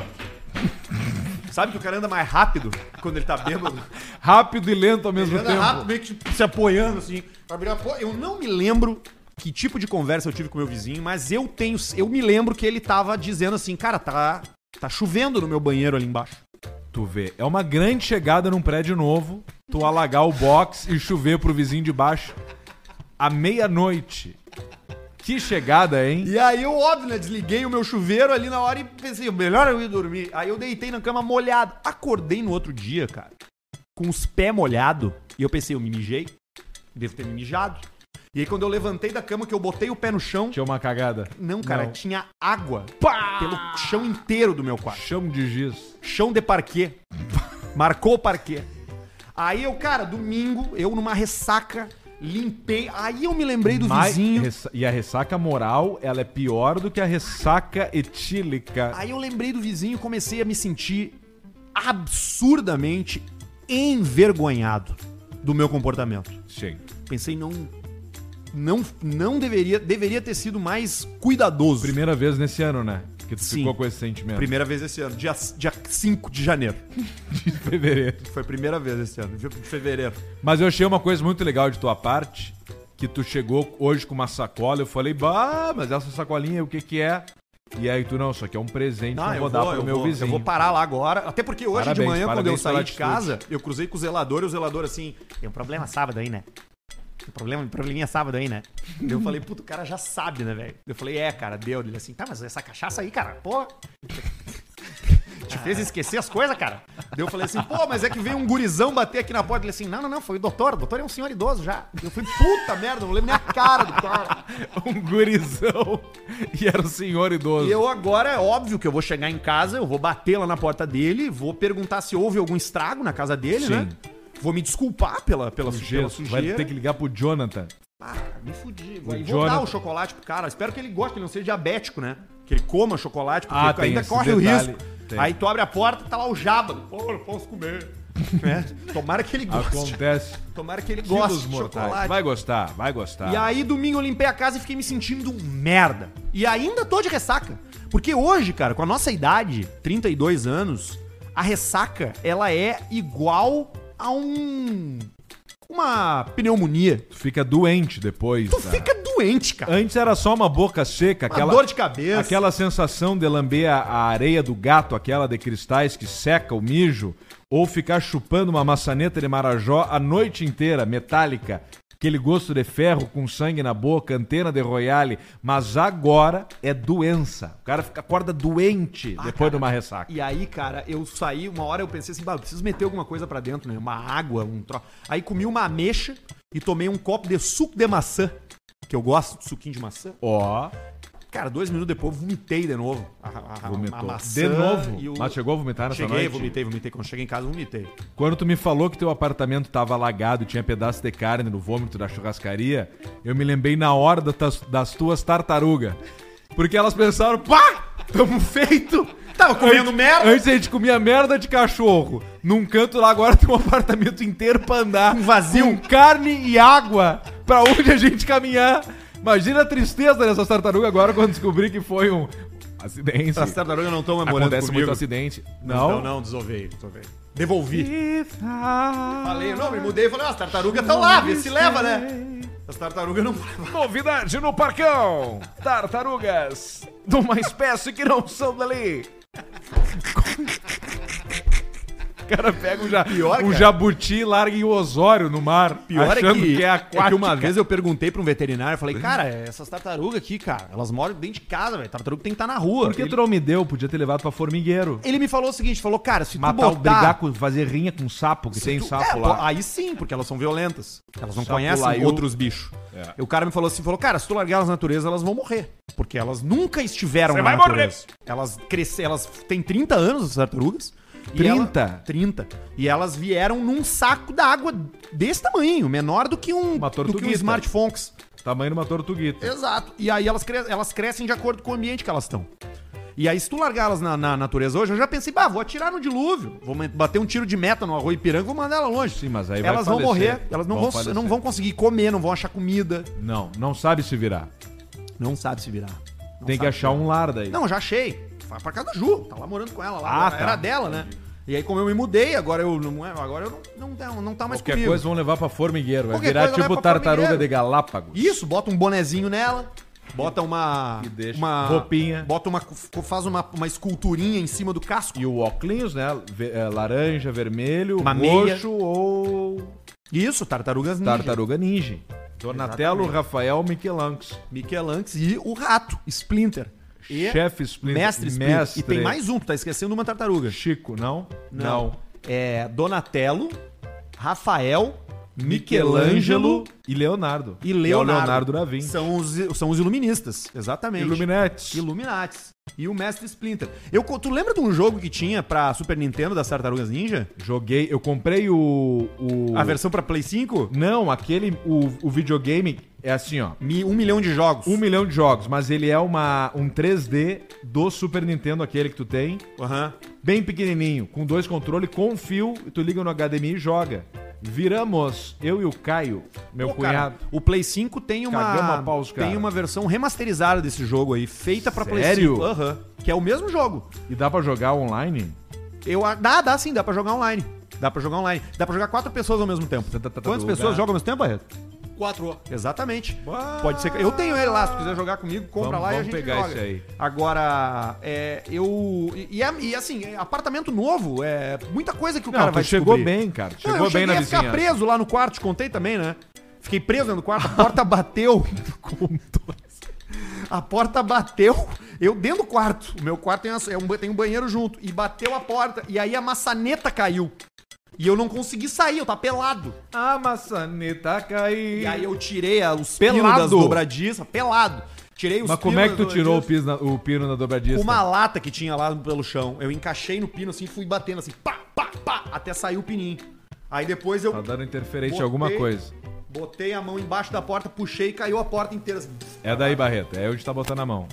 [SPEAKER 2] Sabe que o cara anda mais rápido quando ele tá bêbado?
[SPEAKER 3] Rápido e lento ao
[SPEAKER 2] Ele
[SPEAKER 3] mesmo
[SPEAKER 2] anda
[SPEAKER 3] tempo.
[SPEAKER 2] rápido, meio que se apoiando, assim. Abri a porta. Eu não me lembro que tipo de conversa eu tive com meu vizinho, mas eu tenho. Eu me lembro que ele tava dizendo assim, cara, tá. Tá chovendo no meu banheiro ali embaixo.
[SPEAKER 3] Tu vê, é uma grande chegada num prédio novo, tu alagar o box e chover pro vizinho de baixo à meia-noite. Que chegada, hein?
[SPEAKER 2] E aí eu, óbvio, né, desliguei o meu chuveiro ali na hora e pensei, melhor eu ir dormir. Aí eu deitei na cama molhado. Acordei no outro dia, cara, com os pés molhados. E eu pensei, eu me mijei. Devo ter me mijado. E aí quando eu levantei da cama, que eu botei o pé no chão...
[SPEAKER 3] Tinha uma cagada.
[SPEAKER 2] Não, cara,
[SPEAKER 3] Não.
[SPEAKER 2] tinha água pelo chão inteiro do meu quarto.
[SPEAKER 3] Chamo de giz.
[SPEAKER 2] Chão de parquet. Marcou o parquet. Aí eu, cara, domingo, eu numa ressaca, limpei. Aí eu me lembrei do
[SPEAKER 3] Mas-
[SPEAKER 2] vizinho.
[SPEAKER 3] ressa- E a ressaca moral, ela é pior do que a ressaca etílica.
[SPEAKER 2] Aí eu lembrei do vizinho e comecei a me sentir absurdamente envergonhado do meu comportamento.
[SPEAKER 3] Sim.
[SPEAKER 2] Pensei, não. Não, não deveria, deveria ter sido mais cuidadoso.
[SPEAKER 3] Primeira vez nesse ano, né? Que tu
[SPEAKER 2] Sim.
[SPEAKER 3] ficou com esse sentimento.
[SPEAKER 2] Primeira vez esse ano, dia, dia 5 de janeiro.
[SPEAKER 3] de fevereiro.
[SPEAKER 2] Foi a primeira vez esse ano, dia de fevereiro.
[SPEAKER 3] Mas eu achei uma coisa muito legal de tua parte, que tu chegou hoje com uma sacola, eu falei, bah, mas essa sacolinha, o que que é? E aí tu, não, isso aqui é um presente que eu vou dar pro meu
[SPEAKER 2] vou,
[SPEAKER 3] vizinho.
[SPEAKER 2] Eu vou parar lá agora. Até porque hoje de
[SPEAKER 3] Parabéns,
[SPEAKER 2] manhã, quando eu
[SPEAKER 3] parabéns pela
[SPEAKER 2] saí de
[SPEAKER 3] atitude.
[SPEAKER 2] casa, eu cruzei com o zelador e o zelador assim. Tem um problema sábado aí, né? Tem problema, um probleminha sábado aí, né? eu falei, puto, o cara já sabe, né, velho? Eu falei, é, cara, deu. Ele assim, tá, mas essa cachaça aí, cara, pô. Te fez esquecer as coisas, cara. Daí eu falei assim, pô, mas é que veio um gurizão bater aqui na porta. Ele assim, não, não, não, foi o doutor. O doutor é um senhor idoso já. Eu falei, puta merda, não lembro nem a cara do cara.
[SPEAKER 3] Um gurizão. E era o senhor idoso.
[SPEAKER 2] E eu agora, é óbvio que eu vou chegar em casa, eu vou bater lá na porta dele, vou perguntar se houve algum estrago na casa dele,
[SPEAKER 3] Sim.
[SPEAKER 2] né? Vou me desculpar pela, pela, su- pela
[SPEAKER 3] Jesus, Um vai
[SPEAKER 2] sujeira.
[SPEAKER 3] ter que ligar pro Jonathan.
[SPEAKER 2] Ah, Me fudi. Vai,
[SPEAKER 3] O
[SPEAKER 2] e vou dar
[SPEAKER 3] Jonathan-
[SPEAKER 2] o chocolate pro cara. Espero que ele goste, que ele não seja diabético, né? Que ele coma chocolate, porque
[SPEAKER 3] Ah, tem
[SPEAKER 2] ainda
[SPEAKER 3] esse
[SPEAKER 2] corre
[SPEAKER 3] detalhe.
[SPEAKER 2] o risco.
[SPEAKER 3] Tem.
[SPEAKER 2] Aí tu abre a porta tá lá o jaba. Pô, eu posso comer. né? Tomara que ele goste.
[SPEAKER 3] Acontece.
[SPEAKER 2] Tomara que ele
[SPEAKER 3] Gosta
[SPEAKER 2] goste de
[SPEAKER 3] mortais.
[SPEAKER 2] chocolate.
[SPEAKER 3] Vai gostar, vai gostar.
[SPEAKER 2] E aí, domingo, eu limpei a casa e fiquei me sentindo um merda. E ainda tô de ressaca. Porque hoje, cara, com a nossa idade, 32 anos, a ressaca, ela é igual a um... Uma pneumonia.
[SPEAKER 3] Tu fica doente depois.
[SPEAKER 2] Tu
[SPEAKER 3] tá?
[SPEAKER 2] fica doente, cara.
[SPEAKER 3] Antes era só uma boca seca,
[SPEAKER 2] Uma
[SPEAKER 3] aquela
[SPEAKER 2] dor de cabeça.
[SPEAKER 3] Aquela sensação de lamber a, a areia do gato, aquela de cristais que seca o mijo, ou ficar chupando uma maçaneta de marajó a noite inteira, metálica, aquele gosto de ferro com sangue na boca, antena de royale, mas agora é doença. O cara fica acorda doente depois de uma ressaca.
[SPEAKER 2] E aí, cara, eu saí, uma hora eu pensei assim, "Bah, eu preciso meter alguma coisa pra dentro, né? Uma água, um troço. Aí comi uma ameixa e tomei um copo de suco de maçã, que eu gosto de suquinho de maçã.
[SPEAKER 3] Ó,
[SPEAKER 2] Cara, dois minutos depois eu vomitei de novo. A, a, a,
[SPEAKER 3] vomitou.
[SPEAKER 2] a maçã
[SPEAKER 3] de novo.
[SPEAKER 2] ah, e o-
[SPEAKER 3] Mas chegou a vomitar nessa
[SPEAKER 2] Cheguei,
[SPEAKER 3] noite?
[SPEAKER 2] vomitei, vomitei. Quando cheguei em casa, vomitei.
[SPEAKER 3] Quando tu me falou que teu apartamento tava alagado e tinha pedaço de carne no vômito da churrascaria, eu me lembrei na hora da tas- das tuas tartarugas. Porque elas pensaram, pá, tamo feito.
[SPEAKER 2] Tava comendo
[SPEAKER 3] Antes-
[SPEAKER 2] merda.
[SPEAKER 3] Antes a gente comia merda de cachorro. Num canto lá agora tem um apartamento inteiro pra andar.
[SPEAKER 2] Um vazio.
[SPEAKER 3] Com carne e água pra onde a gente caminhar. Imagina a tristeza dessas tartarugas agora quando descobri que foi um acidente.
[SPEAKER 2] As tartarugas não estão namorando Tá
[SPEAKER 3] Acontece
[SPEAKER 2] comigo.
[SPEAKER 3] muito acidente.
[SPEAKER 2] assim. Não, não, não, desovei, desovei. Devolvi. Falei, não, me mudei e falei, ó, as tartarugas estão lá, vê se leva, né? As tartarugas não vão levar.
[SPEAKER 3] Novidade no Parcão! Tartarugas de uma espécie que não são dali. O cara pega um, ja-
[SPEAKER 2] Pior,
[SPEAKER 3] um
[SPEAKER 2] cara.
[SPEAKER 3] jabuti e larga em Osório no mar,
[SPEAKER 2] Pior é
[SPEAKER 3] achando
[SPEAKER 2] que,
[SPEAKER 3] é
[SPEAKER 2] é
[SPEAKER 3] aquática.
[SPEAKER 2] que uma vez eu perguntei pra um veterinário, eu falei, cara, essas tartarugas aqui, cara, elas moram dentro de casa, velho. Tartaruga tem que estar na rua.
[SPEAKER 3] Por que
[SPEAKER 2] ele,
[SPEAKER 3] tu não me deu? Podia ter levado pra formigueiro.
[SPEAKER 2] ele me falou o seguinte, falou, cara, se tu
[SPEAKER 3] Matar, o brigar, com, fazer rinha com um sapo, que
[SPEAKER 2] se
[SPEAKER 3] tem
[SPEAKER 2] tu- é,
[SPEAKER 3] sapo
[SPEAKER 2] pô,
[SPEAKER 3] lá.
[SPEAKER 2] Aí sim, porque elas são violentas. Elas não
[SPEAKER 3] Sapo
[SPEAKER 2] conhecem
[SPEAKER 3] laiu.
[SPEAKER 2] outros bichos.
[SPEAKER 3] É.
[SPEAKER 2] E O cara me falou assim, falou, cara, se tu largar elas na natureza, elas vão morrer. Porque elas nunca estiveram
[SPEAKER 3] Você
[SPEAKER 2] na
[SPEAKER 3] vai morrer.
[SPEAKER 2] natureza. Elas cresceram, elas têm 30 anos, as tartarugas. E
[SPEAKER 3] 30?
[SPEAKER 2] ela- 30. E elas vieram num saco d'água desse tamanho, menor do que um,
[SPEAKER 3] Uma
[SPEAKER 2] do que um
[SPEAKER 3] tortuguita.
[SPEAKER 2] smartphone.
[SPEAKER 3] Tamanho de uma tortuguita.
[SPEAKER 2] Exato. E aí elas, cres- elas crescem de acordo com o ambiente que elas estão. E aí, se tu largar elas na, na natureza hoje, eu já pensei, bah, vou atirar no dilúvio. Vou ma- bater um tiro de meta no arroz piranga vou mandar ela longe.
[SPEAKER 3] Sim, mas aí vai
[SPEAKER 2] Elas vão
[SPEAKER 3] falecer.
[SPEAKER 2] morrer, elas não
[SPEAKER 3] Vão
[SPEAKER 2] vão,
[SPEAKER 3] falecer.
[SPEAKER 2] não vão conseguir comer, não vão achar comida.
[SPEAKER 3] Não, não sabe se virar.
[SPEAKER 2] Não sabe se virar. Não
[SPEAKER 3] tem que
[SPEAKER 2] sabe.
[SPEAKER 3] achar um lar daí.
[SPEAKER 2] Não, já achei. Vai pra casa da Ju, tá lá morando com ela lá.
[SPEAKER 3] Ah,
[SPEAKER 2] agora.
[SPEAKER 3] tá.
[SPEAKER 2] Era dela, né? E aí, como eu me mudei, agora eu não, é- agora eu não, não, não tá mais
[SPEAKER 3] Qualquer
[SPEAKER 2] comigo.
[SPEAKER 3] coisa vão levar pra formigueiro. Vai
[SPEAKER 2] Qualquer
[SPEAKER 3] virar
[SPEAKER 2] coisa leva
[SPEAKER 3] tipo
[SPEAKER 2] pra
[SPEAKER 3] tartaruga
[SPEAKER 2] formigueiro.
[SPEAKER 3] de Galápagos.
[SPEAKER 2] Isso, bota um bonezinho nela, bota uma.
[SPEAKER 3] E deixa.
[SPEAKER 2] uma
[SPEAKER 3] Roupinha.
[SPEAKER 2] Bota uma. Faz uma, uma esculturinha em cima do casco.
[SPEAKER 3] E o óculos, né? Ve-
[SPEAKER 2] eh,
[SPEAKER 3] é, laranja, vermelho,
[SPEAKER 2] Uma meia.
[SPEAKER 3] roxo ou
[SPEAKER 2] Isso, tartarugas ninja.
[SPEAKER 3] tartaruga ninja. Donatello,
[SPEAKER 2] Exatamente.
[SPEAKER 3] Rafael, Michelanx.
[SPEAKER 2] Michelanx e o rato, Splinter. E
[SPEAKER 3] Chefe Splinter.
[SPEAKER 2] mestre Splinter. E tem mais um, tu tá esquecendo uma tartaruga.
[SPEAKER 3] Chico, não?
[SPEAKER 2] É Donatello, Rafael,
[SPEAKER 3] Michelangelo
[SPEAKER 2] Michelangelo
[SPEAKER 3] e Leonardo.
[SPEAKER 2] e Leonardo.
[SPEAKER 3] É o Leonardo da Vinci.
[SPEAKER 2] São os, são os iluministas, exatamente.
[SPEAKER 3] Illuminati.
[SPEAKER 2] Illuminatis. E o Mestre Splinter. Eu, co- tu lembra de um jogo que tinha pra Super Nintendo das Tartarugas Ninja?
[SPEAKER 3] Joguei, eu comprei o. o...
[SPEAKER 2] A versão pra Play 5?
[SPEAKER 3] Não, aquele. O, o videogame é assim, ó.
[SPEAKER 2] Mi- Um milhão de jogos.
[SPEAKER 3] Um milhão de jogos, mas ele é uma, um 3D do Super Nintendo, aquele que tu tem.
[SPEAKER 2] Aham.
[SPEAKER 3] bem pequenininho, com dois controles, com um fio, e tu liga no HDMI e joga. Viramos, eu e o Caio, meu
[SPEAKER 2] Pô, cara,
[SPEAKER 3] cunhado.
[SPEAKER 2] o Play 5 tem
[SPEAKER 3] Cagamos a
[SPEAKER 2] uma
[SPEAKER 3] pau, os cara.
[SPEAKER 2] tem uma versão remasterizada desse jogo aí, feita pra Play 5.
[SPEAKER 3] Sério?
[SPEAKER 2] Aham. Que é o mesmo jogo.
[SPEAKER 3] E dá pra jogar online?
[SPEAKER 2] Eu a- dá, dá sim, dá pra jogar online. Dá pra jogar online. Dá pra jogar quatro pessoas ao mesmo tempo.
[SPEAKER 3] Tá, tá, tá, tá,
[SPEAKER 2] Quantas
[SPEAKER 3] lugar.
[SPEAKER 2] pessoas jogam ao mesmo tempo, Barreto?
[SPEAKER 4] Quatro.
[SPEAKER 2] Exatamente.
[SPEAKER 3] Uau.
[SPEAKER 2] Pode ser. que- Eu tenho ele lá, se tu quiser jogar comigo, compra
[SPEAKER 3] Vamos-
[SPEAKER 2] lá e a
[SPEAKER 3] vamos
[SPEAKER 2] gente
[SPEAKER 3] pegar
[SPEAKER 2] joga.
[SPEAKER 3] esse aí.
[SPEAKER 2] Agora, é, eu e, e é- e assim, é apartamento novo, é muita coisa que o
[SPEAKER 3] Não,
[SPEAKER 2] cara
[SPEAKER 3] tu
[SPEAKER 2] vai
[SPEAKER 3] chegou
[SPEAKER 2] descobrir.
[SPEAKER 3] bem, cara.
[SPEAKER 2] Não,
[SPEAKER 3] Chegou
[SPEAKER 2] eu
[SPEAKER 3] bem
[SPEAKER 2] cheguei
[SPEAKER 3] na
[SPEAKER 2] a ficar
[SPEAKER 3] vizinhança.
[SPEAKER 2] preso lá no quarto, te contei também, né? Fiquei preso dentro do quarto, a porta bateu. Contou. A porta bateu, eu dentro do quarto. O meu quarto tem, uma- é um, ba- tem um banheiro junto. E bateu a porta, e aí a maçaneta caiu. E eu não consegui sair, eu tava pelado.
[SPEAKER 3] A maçaneta caiu.
[SPEAKER 2] E aí eu tirei a- os
[SPEAKER 3] Pelado?
[SPEAKER 2] das dobradiças, pelado. Tirei os
[SPEAKER 3] Mas como é que
[SPEAKER 2] pinos
[SPEAKER 3] tu
[SPEAKER 2] das
[SPEAKER 3] tirou o,
[SPEAKER 2] dobradiças.
[SPEAKER 3] pis na- o pino na dobradiça?
[SPEAKER 2] Uma lata que tinha lá pelo chão. Eu encaixei no pino assim, fui batendo assim, pá, pá, pá, até sair o pininho. Aí depois eu
[SPEAKER 3] Tá dando interferência em
[SPEAKER 2] Botei-
[SPEAKER 3] alguma coisa.
[SPEAKER 2] Botei a mão embaixo da porta, puxei e caiu a porta inteira. assim.
[SPEAKER 3] É daí, Barreto. É onde tá botando a mão.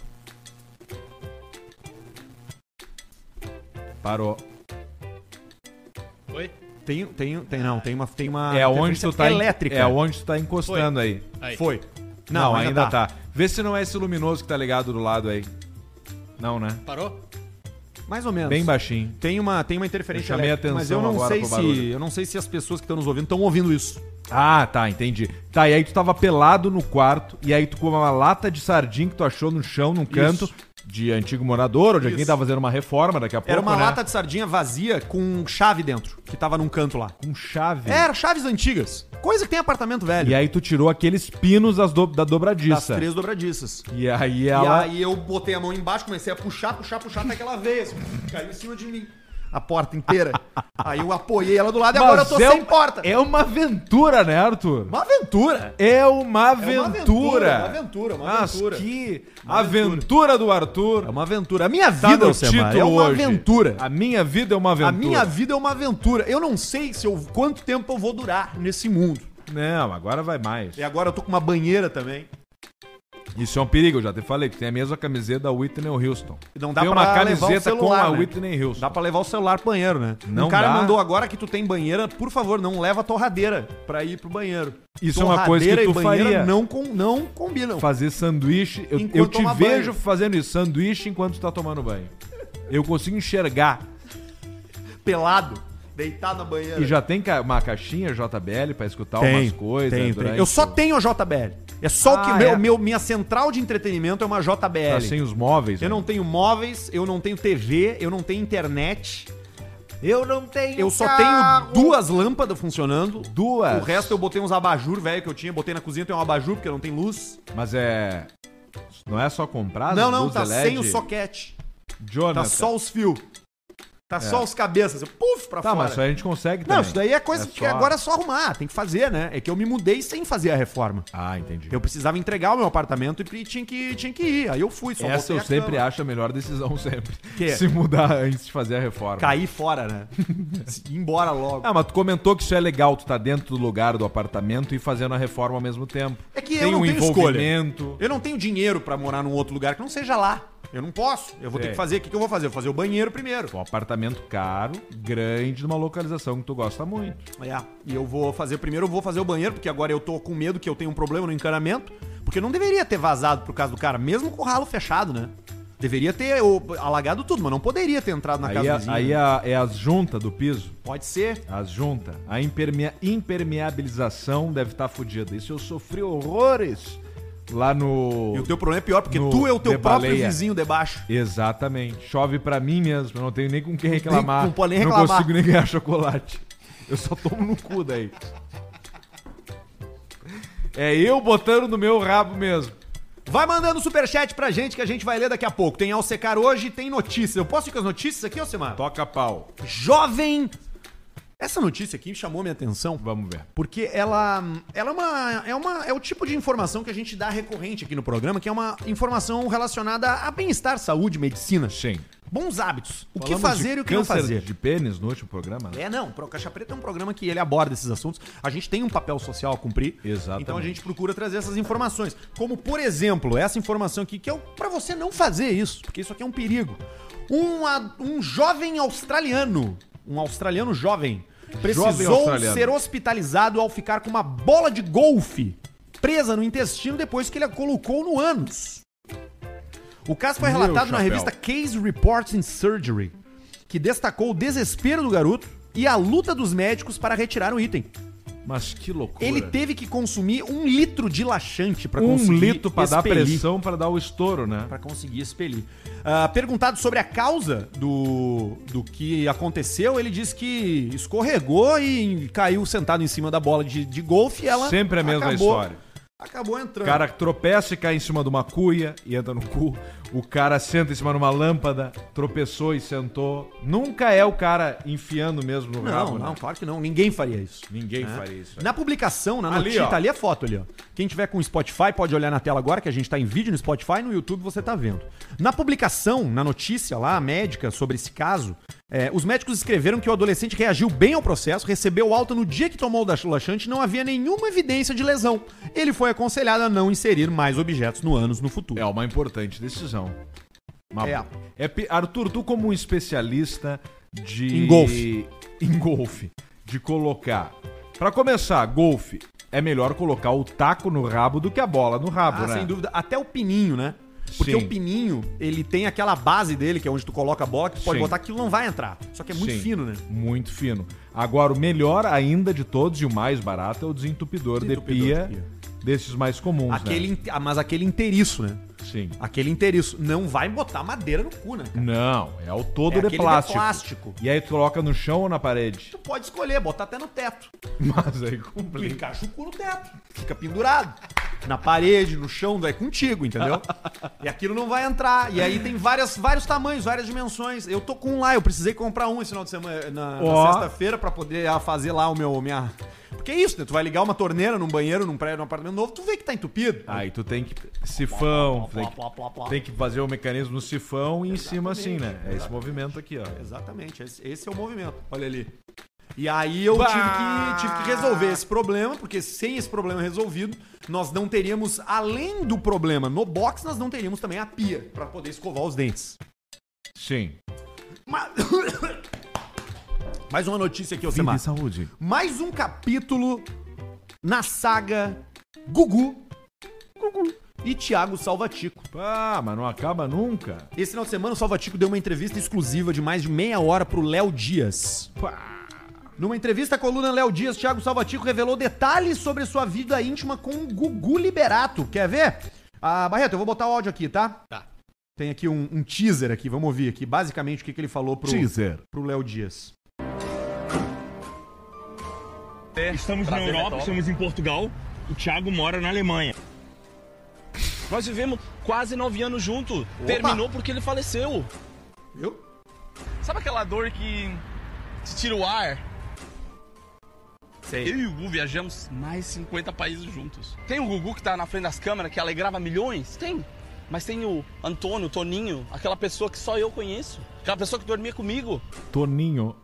[SPEAKER 3] Parou.
[SPEAKER 4] Oi?
[SPEAKER 2] Tem, tem, tem, não, tem uma. Tem uma
[SPEAKER 3] é onde tu tá. en-
[SPEAKER 2] elétrica.
[SPEAKER 3] É onde tu tá encostando aí.
[SPEAKER 4] Aí.
[SPEAKER 2] Foi.
[SPEAKER 3] Não, ainda, tá. Vê se não é esse luminoso que tá ligado do lado aí. Não, né?
[SPEAKER 4] Parou?
[SPEAKER 2] Mais ou menos.
[SPEAKER 3] Bem baixinho.
[SPEAKER 2] Tem uma, tem uma interferência
[SPEAKER 3] Eu chamei
[SPEAKER 2] elétrica,
[SPEAKER 3] atenção
[SPEAKER 2] mas eu não
[SPEAKER 3] agora
[SPEAKER 2] sei
[SPEAKER 3] pro
[SPEAKER 2] se
[SPEAKER 3] barulho.
[SPEAKER 2] eu não sei se as pessoas que estão nos ouvindo estão ouvindo isso.
[SPEAKER 3] Ah, tá, entendi. Tá, e aí tu tava pelado no quarto, e aí tu com uma lata de sardinha que tu achou no chão, num canto, de antigo morador, ou de alguém
[SPEAKER 2] Isso.
[SPEAKER 3] que tava fazendo uma reforma daqui a pouco,
[SPEAKER 2] Era uma
[SPEAKER 3] né?
[SPEAKER 2] lata de sardinha vazia com chave dentro, que tava num canto lá.
[SPEAKER 3] com chave.
[SPEAKER 2] É, Era chaves antigas. Coisa que tem apartamento velho.
[SPEAKER 3] E é aí tu tirou aqueles pinos das do- da
[SPEAKER 2] das
[SPEAKER 3] dobradiça.
[SPEAKER 2] três dobradiças.
[SPEAKER 3] E aí ela...
[SPEAKER 2] E aí eu botei a mão embaixo, comecei a puxar, puxar, puxar até aquela vez. assim, Caiu em cima de mim. A porta inteira. aí eu apoiei ela do lado e agora eu
[SPEAKER 3] Mas
[SPEAKER 2] tô
[SPEAKER 3] é
[SPEAKER 2] sem
[SPEAKER 3] um-
[SPEAKER 2] porta.
[SPEAKER 3] É uma aventura, né, Arthur?
[SPEAKER 2] Uma aventura.
[SPEAKER 3] É uma aventura.
[SPEAKER 2] aventura, uma aventura, uma
[SPEAKER 3] Mas
[SPEAKER 2] aventura.
[SPEAKER 3] que aventura, do Arthur.
[SPEAKER 2] É uma aventura. A minha
[SPEAKER 3] Tá
[SPEAKER 2] vida,
[SPEAKER 3] no
[SPEAKER 2] Alcemar,
[SPEAKER 3] título
[SPEAKER 2] é uma
[SPEAKER 3] hoje.
[SPEAKER 2] aventura.
[SPEAKER 3] A minha vida é uma aventura.
[SPEAKER 2] A minha vida é uma aventura. Eu não sei se eu, quanto tempo eu vou durar nesse mundo.
[SPEAKER 3] Não, agora vai mais.
[SPEAKER 2] E agora eu tô com uma banheira também.
[SPEAKER 3] Isso é um perigo, eu já te falei que tem a mesma camiseta da Whitney Houston.
[SPEAKER 2] Não dá
[SPEAKER 3] tem
[SPEAKER 2] pra
[SPEAKER 3] uma
[SPEAKER 2] levar o
[SPEAKER 3] camiseta
[SPEAKER 2] celular,
[SPEAKER 3] com a
[SPEAKER 2] né?
[SPEAKER 3] Whitney Houston.
[SPEAKER 2] Dá pra levar o celular pro banheiro, né?
[SPEAKER 3] Não
[SPEAKER 2] um cara
[SPEAKER 3] dá.
[SPEAKER 2] mandou agora que tu tem banheira, por favor, não leva a torradeira pra ir pro banheiro.
[SPEAKER 3] Isso é uma coisa que
[SPEAKER 2] Torradeira
[SPEAKER 3] tu
[SPEAKER 2] e banheira
[SPEAKER 3] faria.
[SPEAKER 2] não, com, não combinam.
[SPEAKER 3] Fazer sanduíche, eu,
[SPEAKER 2] Enquanto
[SPEAKER 3] eu te
[SPEAKER 2] toma
[SPEAKER 3] vejo
[SPEAKER 2] banho.
[SPEAKER 3] fazendo isso, sanduíche enquanto tu tá tomando banho. Eu consigo enxergar.
[SPEAKER 2] Pelado, deitado na banheira.
[SPEAKER 3] E já tem ca- uma caixinha JBL pra escutar umas coisas.
[SPEAKER 2] É.
[SPEAKER 3] né,
[SPEAKER 2] tem, tem.
[SPEAKER 3] durante
[SPEAKER 2] Eu só
[SPEAKER 3] o-
[SPEAKER 2] tenho a JBL. É só o que
[SPEAKER 3] Ah,
[SPEAKER 2] meu,
[SPEAKER 3] é.
[SPEAKER 2] meu- minha central de entretenimento é uma JBL.
[SPEAKER 3] Tá sem os móveis.
[SPEAKER 2] Eu
[SPEAKER 3] né?
[SPEAKER 2] não tenho móveis, eu não tenho TV, eu não tenho internet. Eu não tenho. Eu só tenho duas lâmpadas funcionando.
[SPEAKER 3] Duas.
[SPEAKER 2] O resto eu botei uns abajur velho que eu tinha, botei na cozinha, tem um abajur porque não tem luz.
[SPEAKER 3] Mas é. Não é só comprar? as
[SPEAKER 2] não, não,
[SPEAKER 3] luzes é
[SPEAKER 2] tá
[SPEAKER 3] LED?
[SPEAKER 2] sem o soquete. Tá
[SPEAKER 3] Jonathan.
[SPEAKER 2] só os fios. Tá só os cabeças. Eu, Puf, pra
[SPEAKER 3] É. Tá,
[SPEAKER 2] fora.
[SPEAKER 3] mas isso aí a gente consegue também.
[SPEAKER 2] Não, isso daí é coisa
[SPEAKER 3] É
[SPEAKER 2] que
[SPEAKER 3] só-
[SPEAKER 2] agora é só arrumar, tem que fazer, né? É que eu me mudei sem fazer a reforma.
[SPEAKER 3] Ah, entendi.
[SPEAKER 2] Eu precisava entregar o meu apartamento e tinha que, tinha que ir. Aí eu fui, só
[SPEAKER 3] Essa
[SPEAKER 2] botei
[SPEAKER 3] eu
[SPEAKER 2] a
[SPEAKER 3] sempre
[SPEAKER 2] cama.
[SPEAKER 3] acho a melhor decisão sempre.
[SPEAKER 2] Quê?
[SPEAKER 3] Se mudar antes de fazer a reforma.
[SPEAKER 2] Caí fora, né? Ir embora logo.
[SPEAKER 3] Ah, mas tu comentou que isso é legal, tu tá dentro do lugar do apartamento e fazendo a reforma ao mesmo tempo.
[SPEAKER 2] É que
[SPEAKER 3] Tem
[SPEAKER 2] eu não
[SPEAKER 3] um
[SPEAKER 2] tenho
[SPEAKER 3] envolvimento.
[SPEAKER 2] escolha. Eu não tenho dinheiro pra morar num outro lugar que não seja lá. Eu não posso. Eu vou ter
[SPEAKER 3] É.
[SPEAKER 2] que fazer. O que, que eu vou fazer? Eu vou fazer o banheiro primeiro.
[SPEAKER 3] Um apartamento caro, grande, numa localização que tu gosta muito.
[SPEAKER 2] É. E eu vou fazer primeiro, eu vou fazer o banheiro, porque agora eu tô com medo que eu tenha um problema no encanamento. Porque não deveria ter vazado por causa do cara, mesmo com o ralo fechado, né? Deveria ter ô, alagado tudo, mas não poderia ter entrado na
[SPEAKER 3] Aí,
[SPEAKER 2] casa
[SPEAKER 3] a-
[SPEAKER 2] vizinha. né?
[SPEAKER 3] aí a- é as junta do piso.
[SPEAKER 2] Pode ser.
[SPEAKER 3] As junta. A impermea- impermeabilização deve estar fodida. Isso eu sofri horrores lá no.
[SPEAKER 2] E o teu problema é pior, porque
[SPEAKER 3] No
[SPEAKER 2] tu é o teu
[SPEAKER 3] de
[SPEAKER 2] próprio
[SPEAKER 3] baleia.
[SPEAKER 2] vizinho debaixo.
[SPEAKER 3] Exatamente. Chove pra mim mesmo. Eu não tenho nem com quem reclamar.
[SPEAKER 2] não pode nem
[SPEAKER 3] Não
[SPEAKER 2] reclamar.
[SPEAKER 3] consigo nem ganhar chocolate. Eu só tomo no cu daí. É eu botando no meu rabo mesmo.
[SPEAKER 2] Vai mandando superchat pra gente que a gente vai ler daqui a pouco. Tem Alcecar hoje, tem notícias. Eu posso ir com as notícias aqui, Alcemar?
[SPEAKER 3] Toca pau.
[SPEAKER 2] Jovem. Essa notícia aqui chamou minha atenção.
[SPEAKER 3] Vamos ver.
[SPEAKER 2] Porque ela, ela é, uma, é uma. É o tipo de informação que a gente dá recorrente aqui no programa, que é uma informação relacionada a bem-estar, saúde, medicina.
[SPEAKER 3] Sim.
[SPEAKER 2] Bons hábitos. O que
[SPEAKER 3] Falamos
[SPEAKER 2] fazer
[SPEAKER 3] de
[SPEAKER 2] e o que não
[SPEAKER 3] câncer
[SPEAKER 2] fazer.
[SPEAKER 3] de pênis no último programa? né?
[SPEAKER 2] É, não. O Caixa Preta é um programa que ele aborda esses assuntos. A gente tem um papel social a cumprir.
[SPEAKER 3] Exatamente.
[SPEAKER 2] Então a gente procura trazer essas informações. Como, por exemplo, essa informação aqui, que é o- pra você não fazer isso, porque isso aqui é um perigo. Um, a- um jovem australiano, um australiano jovem, precisou
[SPEAKER 3] australiano.
[SPEAKER 2] ser hospitalizado ao ficar com uma bola de golfe presa no intestino depois que ele a colocou no ânus. O caso foi
[SPEAKER 3] Meu
[SPEAKER 2] relatado na
[SPEAKER 3] chapéu.
[SPEAKER 2] revista Case Reports in Surgery, que destacou o desespero do garoto e a luta dos médicos para retirar o item.
[SPEAKER 3] Mas que loucura.
[SPEAKER 2] Ele teve que consumir um litro de laxante para
[SPEAKER 3] um
[SPEAKER 2] conseguir
[SPEAKER 3] litro pra dar
[SPEAKER 2] expelir.
[SPEAKER 3] pressão, pra dar o estouro, né?
[SPEAKER 2] Pra conseguir expelir. Ah, perguntado sobre a causa do, do que aconteceu, ele disse que escorregou e caiu sentado em cima da bola de, de golfe e ela
[SPEAKER 3] Sempre a mesma
[SPEAKER 2] acabou-
[SPEAKER 3] história.
[SPEAKER 2] Acabou
[SPEAKER 3] O
[SPEAKER 2] entrando.
[SPEAKER 3] cara tropeça e cai em cima de uma cuia e entra no cu. O cara senta em cima de uma lâmpada, tropeçou e sentou. Nunca é o cara enfiando mesmo no
[SPEAKER 2] Não,
[SPEAKER 3] rabo,
[SPEAKER 2] não,
[SPEAKER 3] né?
[SPEAKER 2] claro que não. Ninguém faria isso.
[SPEAKER 3] Ninguém
[SPEAKER 2] né?
[SPEAKER 3] faria isso.
[SPEAKER 2] Na publicação, na
[SPEAKER 3] Ali,
[SPEAKER 2] notícia,
[SPEAKER 3] ó.
[SPEAKER 2] ali é foto ali, ó. Quem tiver com Spotify pode olhar na tela agora, que a gente tá em vídeo no Spotify, no YouTube você tá vendo. Na publicação, na notícia lá, médica, sobre esse caso, é, os médicos escreveram que o adolescente reagiu bem ao processo, recebeu alta no dia que tomou o laxante e não havia nenhuma evidência de lesão. Ele foi aconselhado a não inserir mais objetos no ânus no futuro.
[SPEAKER 3] É uma importante decisão. Uma-
[SPEAKER 2] É.
[SPEAKER 3] É pe- Arthur, tu como um especialista de...
[SPEAKER 2] Em golfe.
[SPEAKER 3] Em golfe. De colocar... Pra começar, golfe, é melhor colocar o taco no rabo do que a bola no rabo,
[SPEAKER 2] Ah,
[SPEAKER 3] né?
[SPEAKER 2] sem dúvida. Até o pininho, né? Porque
[SPEAKER 3] Sim.
[SPEAKER 2] o pininho, ele tem aquela base dele, que é onde tu coloca a bola, que tu pode
[SPEAKER 3] Sim.
[SPEAKER 2] botar aquilo não vai entrar. Só que é muito
[SPEAKER 3] Sim,
[SPEAKER 2] fino, né?
[SPEAKER 3] Muito fino. Agora, o melhor ainda de todos e o mais barato é o desentupidor,
[SPEAKER 2] Desentupidor
[SPEAKER 3] de pia,
[SPEAKER 2] de pia.
[SPEAKER 3] desses mais comuns, né?
[SPEAKER 2] Aquele, inte- ah, mas aquele inteiriço, né?
[SPEAKER 3] Sim.
[SPEAKER 2] Aquele inteiriço. Não vai botar madeira no cu, né? cara?
[SPEAKER 3] Não, é o todo
[SPEAKER 2] É aquele de
[SPEAKER 3] de plástico.
[SPEAKER 2] plástico.
[SPEAKER 3] E aí tu coloca no chão ou na parede?
[SPEAKER 2] Tu pode escolher, botar até no teto.
[SPEAKER 3] Mas aí
[SPEAKER 2] Tu
[SPEAKER 3] complica.
[SPEAKER 2] encaixa o cu no teto. Fica pendurado. Na parede, no chão, é contigo, entendeu? E aquilo não vai entrar. E aí tem várias, vários tamanhos, várias dimensões. Eu tô com um lá, eu precisei comprar um esse final de semana, na, na
[SPEAKER 3] Ó.
[SPEAKER 2] sexta-feira, pra poder ah, fazer lá o meu. Minha... Porque é isso, né? Tu vai ligar uma torneira num banheiro, num prédio, num apartamento novo, tu vê que tá entupido.
[SPEAKER 3] Aí tu tem que. Sifão. Tem que, tem que fazer o mecanismo no sifão e em cima assim, né? É esse movimento aqui, ó.
[SPEAKER 2] Exatamente, esse, esse é o movimento. Olha ali. E aí eu
[SPEAKER 3] Bah!
[SPEAKER 2] tive que, tive que resolver esse problema, porque sem esse problema resolvido, nós não teríamos, além do problema no box, nós não teríamos também a pia pra poder escovar os dentes.
[SPEAKER 3] Sim.
[SPEAKER 2] Ma- Mais uma notícia aqui, Alcimar.
[SPEAKER 3] saúde.
[SPEAKER 2] Mais um capítulo na saga Gugu, Gugu. e Thiago Salvatico.
[SPEAKER 3] Ah, mas não acaba nunca.
[SPEAKER 2] Esse final de semana, o Salvatico deu uma entrevista exclusiva de mais de meia hora pro Léo Dias. Numa entrevista à coluna Léo Dias, Thiago Salvatico revelou detalhes sobre sua vida íntima com o Gugu Liberato. Quer ver? Ah, Barreto, eu vou botar o áudio aqui, tá? Tá. Tem aqui um, um teaser aqui, vamos ouvir aqui. Basicamente, o que, que ele falou pro
[SPEAKER 3] Teaser.
[SPEAKER 2] pro Léo Dias.
[SPEAKER 4] Estamos na Europa, estamos em Portugal. O Thiago mora na Alemanha. Nós vivemos quase nove anos junto. Terminou porque ele faleceu.
[SPEAKER 2] Viu?
[SPEAKER 4] Sabe aquela dor que te tira o ar? Eu e o Gugu viajamos mais 50 países juntos. Tem o Gugu que tá na frente das câmeras, que alegrava milhões? Tem. Mas tem o Antônio, o Toninho, aquela pessoa que só eu conheço. Aquela pessoa que dormia comigo.
[SPEAKER 3] Toninho.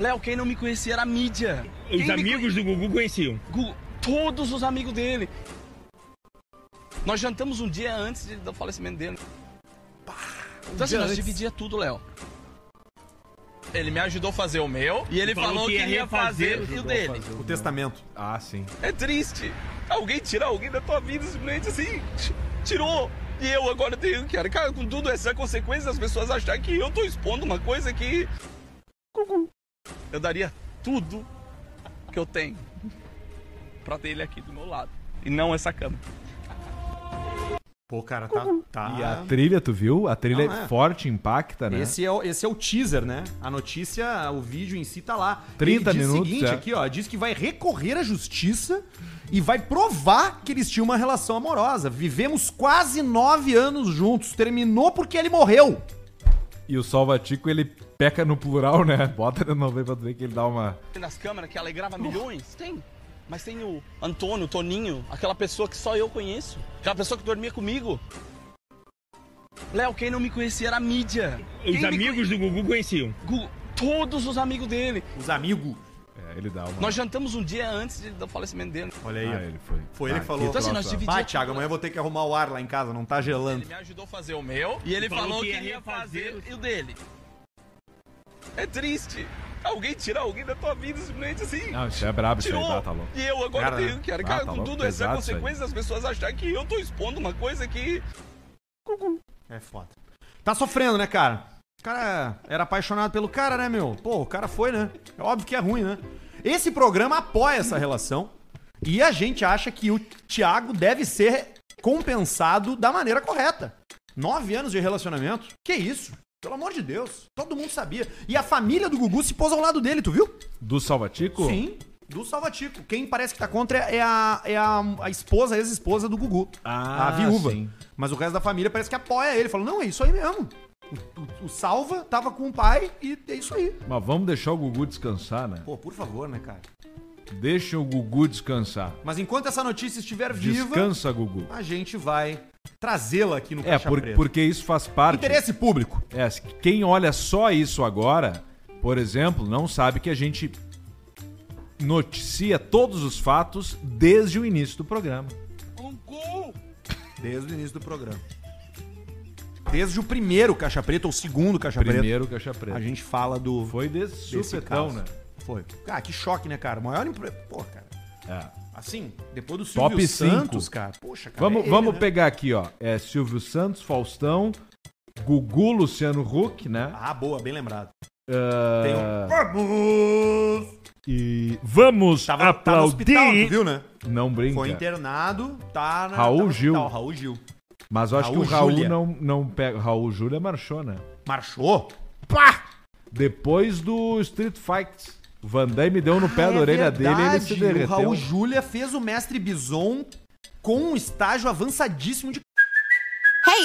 [SPEAKER 4] Léo, quem não me conhecia era a mídia. Quem
[SPEAKER 5] Os
[SPEAKER 4] me
[SPEAKER 5] amigos do Gugu conheciam.
[SPEAKER 4] Gu- todos os amigos dele. Nós jantamos um dia antes de- do falecimento dele. Então assim,
[SPEAKER 2] um dia
[SPEAKER 4] nós
[SPEAKER 2] antes.
[SPEAKER 4] dividia tudo, Léo. Ele me ajudou a fazer o meu e ele falou, que, ia fazer o dele.
[SPEAKER 2] O testamento.
[SPEAKER 3] Ah, sim.
[SPEAKER 4] É triste. Alguém tirar alguém da tua vida simplesmente assim. t- Tirou. E eu agora tenho que arcar com tudo essa é consequência as pessoas acharem que eu tô expondo uma coisa que. Cucu. Eu daria tudo que eu tenho pra ter ele aqui do meu lado. E não essa cama.
[SPEAKER 2] Pô, cara, tá. tá...
[SPEAKER 3] E a trilha, tu viu? A trilha
[SPEAKER 2] Não, é.
[SPEAKER 3] é forte, impacta, né?
[SPEAKER 2] Esse é, o, esse é o teaser, né? A notícia, o vídeo em si tá lá.
[SPEAKER 3] 30
[SPEAKER 2] diz
[SPEAKER 3] minutos,
[SPEAKER 2] o seguinte
[SPEAKER 3] é.
[SPEAKER 2] aqui, ó, diz que vai recorrer à justiça e vai provar que eles tinham uma relação amorosa. Vivemos quase nove anos juntos. Terminou porque ele morreu.
[SPEAKER 3] E o Salvatico, ele peca no plural, né? Bota de novo aí pra tu ver que ele dá uma.
[SPEAKER 4] nas câmeras que alegrava milhões? Tem. Mas tem o Antônio, o Toninho, aquela pessoa que só eu conheço. Aquela pessoa que dormia comigo. Léo, quem não me conhecia era a mídia. Quem
[SPEAKER 5] Os
[SPEAKER 4] me
[SPEAKER 5] amigos do Gugu conheciam.
[SPEAKER 4] Gu- Todos os amigos dele.
[SPEAKER 2] Os amigos.
[SPEAKER 3] É, ele dá uma.
[SPEAKER 4] Nós jantamos um dia antes de- do falecimento dele.
[SPEAKER 2] Olha aí,
[SPEAKER 3] Ah,
[SPEAKER 2] ó.
[SPEAKER 3] ele foi.
[SPEAKER 2] Foi ele que falou.
[SPEAKER 4] Então, assim, nós
[SPEAKER 3] troço, ó.
[SPEAKER 4] dividimos.
[SPEAKER 2] Vai, Thiago, amanhã eu vou ter que arrumar o ar lá em casa, não tá gelando.
[SPEAKER 4] Ele me ajudou a fazer o meu e ele falou, que, ia fazer o dele. É triste. Alguém tirar alguém da tua vida simplesmente assim.
[SPEAKER 3] Não, isso é brabo, isso aí
[SPEAKER 4] Tirou.
[SPEAKER 3] dá, tá louco.
[SPEAKER 4] E eu agora
[SPEAKER 2] Cara,
[SPEAKER 4] tenho que arcar
[SPEAKER 3] ah, tá
[SPEAKER 4] com
[SPEAKER 3] louco,
[SPEAKER 4] tudo essa
[SPEAKER 3] pesado isso aí.
[SPEAKER 4] consequência das pessoas acharem que eu tô expondo uma coisa que
[SPEAKER 2] É foda. Tá sofrendo, né, cara? O cara era apaixonado pelo cara, né, meu? Pô, o cara foi, né? É óbvio que é ruim, né? Esse programa apoia essa relação e a gente acha que o Thiago deve ser compensado da maneira correta. Nove anos de relacionamento? Que isso? Pelo amor de Deus. Todo mundo sabia. E a família do Gugu se pôs ao lado dele, tu viu?
[SPEAKER 3] Do Salvatico?
[SPEAKER 2] Sim. Do Salvatico. Quem parece que tá contra é a, é a, a esposa, a ex-esposa do Gugu.
[SPEAKER 3] Ah,
[SPEAKER 2] a viúva.
[SPEAKER 3] sim.
[SPEAKER 2] Mas o resto da família parece que apoia ele. Falou, não, é isso aí mesmo. O, o- o Salva tava com o pai e é isso aí.
[SPEAKER 3] Mas vamos deixar o Gugu descansar, né?
[SPEAKER 2] Pô, por favor, né, cara?
[SPEAKER 3] Deixa o Gugu descansar.
[SPEAKER 2] Mas enquanto essa notícia estiver viva,
[SPEAKER 3] Descansa, Gugu.
[SPEAKER 2] a gente vai trazê-la aqui no
[SPEAKER 3] É,
[SPEAKER 2] Caixa
[SPEAKER 3] por-
[SPEAKER 2] Preta.
[SPEAKER 3] porque isso faz parte.
[SPEAKER 2] Interesse público.
[SPEAKER 3] É, se- quem olha só isso agora, por exemplo, não sabe que a gente noticia todos os fatos desde o início do programa.
[SPEAKER 4] Gugu!
[SPEAKER 2] Desde o início do programa. Desde o primeiro Caixa Preta, ou o segundo Caixa
[SPEAKER 3] Primeiro Caixa
[SPEAKER 2] Preta,
[SPEAKER 3] Preta.
[SPEAKER 2] a gente fala do...
[SPEAKER 3] Foi desse
[SPEAKER 2] desse
[SPEAKER 3] supetão,
[SPEAKER 2] caso.
[SPEAKER 3] né?
[SPEAKER 2] Foi. Cara, que choque, né, cara? Maior empre... Pô, cara.
[SPEAKER 3] É.
[SPEAKER 2] Assim, depois do Silvio
[SPEAKER 3] Top cinco.
[SPEAKER 2] Santos, cara. Poxa, cara.
[SPEAKER 3] Vamos,
[SPEAKER 2] é ele,
[SPEAKER 3] vamos
[SPEAKER 2] né?
[SPEAKER 3] pegar aqui, ó. É Silvio Santos, Faustão, Gugu, Luciano Huck, né?
[SPEAKER 2] Ah, boa, bem lembrado.
[SPEAKER 3] Ah,
[SPEAKER 2] Tem um... Vamos!
[SPEAKER 3] E vamos
[SPEAKER 2] Tava, tá no hospital, tu
[SPEAKER 3] aplaudir.
[SPEAKER 2] viu, né?
[SPEAKER 3] não brinca.
[SPEAKER 2] Foi internado, tá na...
[SPEAKER 3] Raul
[SPEAKER 2] tá no
[SPEAKER 3] Gil.
[SPEAKER 2] hospital, Raul Gil.
[SPEAKER 3] Mas eu acho
[SPEAKER 2] Raul
[SPEAKER 3] que o Raul
[SPEAKER 2] Júlia.
[SPEAKER 3] não, não pega. Raul Júlia marchou, né?
[SPEAKER 2] Marchou. Pá!
[SPEAKER 3] Depois do Street Fight, o Van Damme deu no pé da orelha dele e ele se derreteu.
[SPEAKER 2] Ah, é O Raul Júlia fez o Mestre Bison com um estágio avançadíssimo de...
[SPEAKER 6] Hey,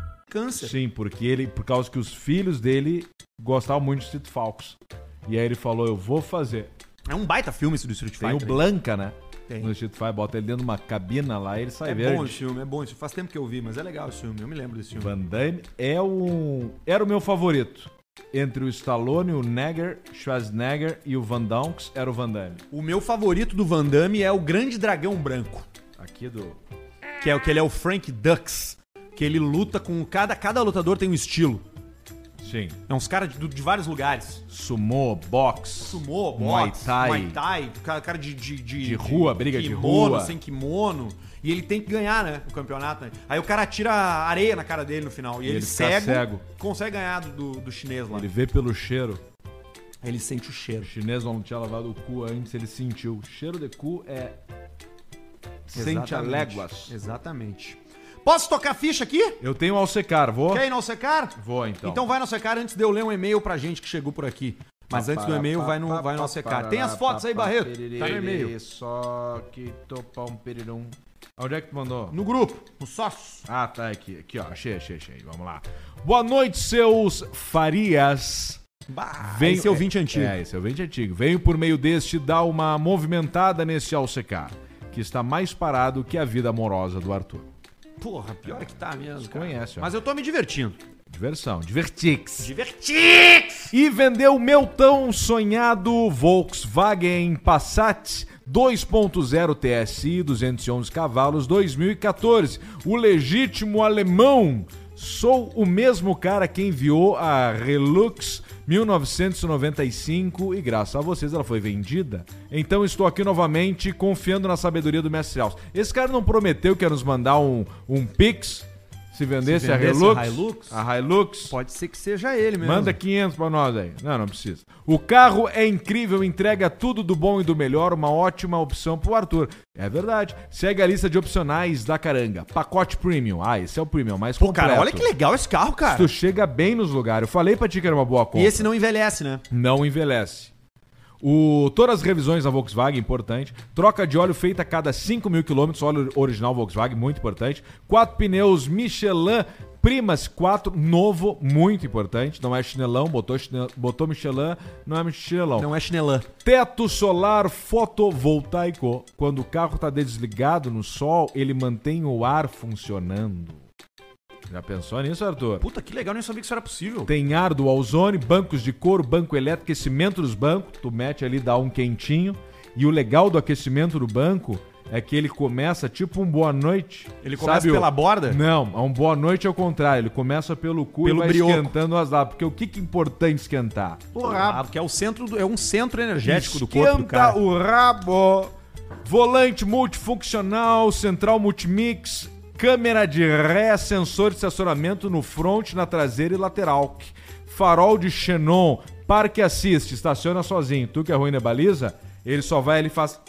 [SPEAKER 2] Câncer.
[SPEAKER 3] Sim, porque ele, por causa que os filhos dele gostavam muito de Street Falcons. E aí ele falou: Eu vou fazer.
[SPEAKER 2] É um baita filme esse do Street
[SPEAKER 3] Tem
[SPEAKER 2] Fighter.
[SPEAKER 3] o Blanca, né?
[SPEAKER 2] Tem.
[SPEAKER 3] No Street Fighter, bota ele dentro de uma cabina lá e ele sai
[SPEAKER 2] É
[SPEAKER 3] verde.
[SPEAKER 2] bom esse filme, é bom esse filme. Faz tempo que eu vi, mas é legal esse filme. Eu me lembro desse filme.
[SPEAKER 3] Van Damme é um. Era o meu favorito. Entre o Stallone, o Neger, Schwarzenegger e o Van Donks era o Van Damme.
[SPEAKER 2] O meu favorito do Van Damme é o Grande Dragão Branco,
[SPEAKER 3] Aqui do.
[SPEAKER 2] que é o que ele é o Frank Dux, que ele luta com cada cada lutador tem um estilo.
[SPEAKER 3] Sim.
[SPEAKER 2] É uns caras de, de vários lugares.
[SPEAKER 3] Sumô, box.
[SPEAKER 2] Sumô,
[SPEAKER 3] Muay
[SPEAKER 2] boxe,
[SPEAKER 3] Thai.
[SPEAKER 2] Muay Thai, cara, cara de, de, de,
[SPEAKER 3] De rua, briga de
[SPEAKER 2] kimono,
[SPEAKER 3] rua.
[SPEAKER 2] sem kimono. E ele tem que ganhar, né? O campeonato. Né? Aí o cara tira areia na cara dele no final. E, ele,
[SPEAKER 3] ele fica
[SPEAKER 2] cego,
[SPEAKER 3] cego.
[SPEAKER 2] consegue ganhar do, do chinês lá.
[SPEAKER 3] Ele
[SPEAKER 2] Ele...
[SPEAKER 3] vê pelo cheiro.
[SPEAKER 2] sente o cheiro.
[SPEAKER 3] O chinês não tinha lavado o cu antes, ele sentiu. O cheiro de cu é. Sente a
[SPEAKER 2] Exatamente.
[SPEAKER 3] léguas.
[SPEAKER 2] Exatamente. Posso tocar a ficha aqui?
[SPEAKER 3] Eu tenho ao secar, vou?
[SPEAKER 2] Quer ir não secar?
[SPEAKER 3] Vou então.
[SPEAKER 2] Então vai no secar antes de eu ler um e-mail pra gente que chegou por aqui. Mas antes do e-mail, vai no, vai no secar. Tem as fotos aí, Barreto? Tá no e-mail.
[SPEAKER 3] Só que topar um perirum. Onde é que tu mandou?
[SPEAKER 2] No grupo, no sócio.
[SPEAKER 3] Ah, tá aqui. Aqui, ó. Achei, achei, achei. Vamos lá. Boa noite, seus Farias.
[SPEAKER 2] Bah,
[SPEAKER 3] Venho-
[SPEAKER 2] esse é ouvinte antigo.
[SPEAKER 3] É, esse é ouvinte antigo. Venho por meio deste dar uma movimentada nesse Alcecar, que está mais parado que a vida amorosa do Arthur.
[SPEAKER 2] Porra, pior que tá mesmo. cara.
[SPEAKER 3] Desconhece, ó.
[SPEAKER 2] Mas eu tô me divertindo.
[SPEAKER 3] Diversão, divertix.
[SPEAKER 2] Divertix!
[SPEAKER 3] E vendeu meu tão sonhado Volkswagen Passat 2.0 TSI 211 cavalos 2014. O legítimo alemão. Sou o mesmo cara que enviou a Relux 1995 e graças a vocês ela foi vendida. Então estou aqui novamente confiando na sabedoria do mestre Alves. Esse cara não prometeu que ia nos mandar um, um Pix se vendesse,
[SPEAKER 2] vendesse a Hilux?
[SPEAKER 3] a Hilux? A Hilux?
[SPEAKER 2] Pode ser que seja ele mesmo.
[SPEAKER 3] Manda 500 pra nós aí. Não, não precisa. O carro é incrível, entrega tudo do bom e do melhor, uma ótima opção pro Arthur. É verdade. Segue a lista de opcionais da caranga. Pacote premium. Ah, esse é o premium mais
[SPEAKER 2] Pô,
[SPEAKER 3] completo.
[SPEAKER 2] cara, olha que legal esse carro, cara.
[SPEAKER 3] Tu chega bem nos lugares. Eu falei pra ti que era uma boa compra.
[SPEAKER 2] E esse não envelhece, né?
[SPEAKER 3] Não envelhece. O, todas as revisões da Volkswagen, importante. Troca de óleo feita a cada 5 mil quilômetros, óleo original Volkswagen, muito importante. Quatro pneus Michelin Primas 4, novo, muito importante. Não é chinelão, botou, chine- botou Michelin, não é Michelão.
[SPEAKER 2] Não é chinelã.
[SPEAKER 3] Teto solar fotovoltaico. Quando o carro está desligado no sol, ele mantém o ar funcionando. Já pensou nisso, Arthur?
[SPEAKER 2] Puta, que legal, nem sabia que isso era possível.
[SPEAKER 3] Tem ar do Alzone, bancos de couro, banco elétrico, aquecimento dos bancos. Tu mete ali, dá um quentinho. E o legal do aquecimento do banco é que ele começa tipo um boa noite.
[SPEAKER 2] Ele começa
[SPEAKER 3] o-
[SPEAKER 2] pela borda?
[SPEAKER 3] Não, é um boa noite ao contrário. Ele começa pelo cu
[SPEAKER 2] Pelo
[SPEAKER 3] e vai
[SPEAKER 2] brioco.
[SPEAKER 3] esquentando as lá. Porque o que, que é importante esquentar? Ah,
[SPEAKER 2] Porra, porque é o centro do- é um centro energético do
[SPEAKER 3] Esquenta
[SPEAKER 2] corpo do cara.
[SPEAKER 3] o rabo. Volante multifuncional, central multimix, câmera de ré, sensor de estacionamento no front, na traseira e lateral. Farol de xenon, parque assiste, estaciona sozinho. Tu que é ruim na baliza, ele só vai, ele faz...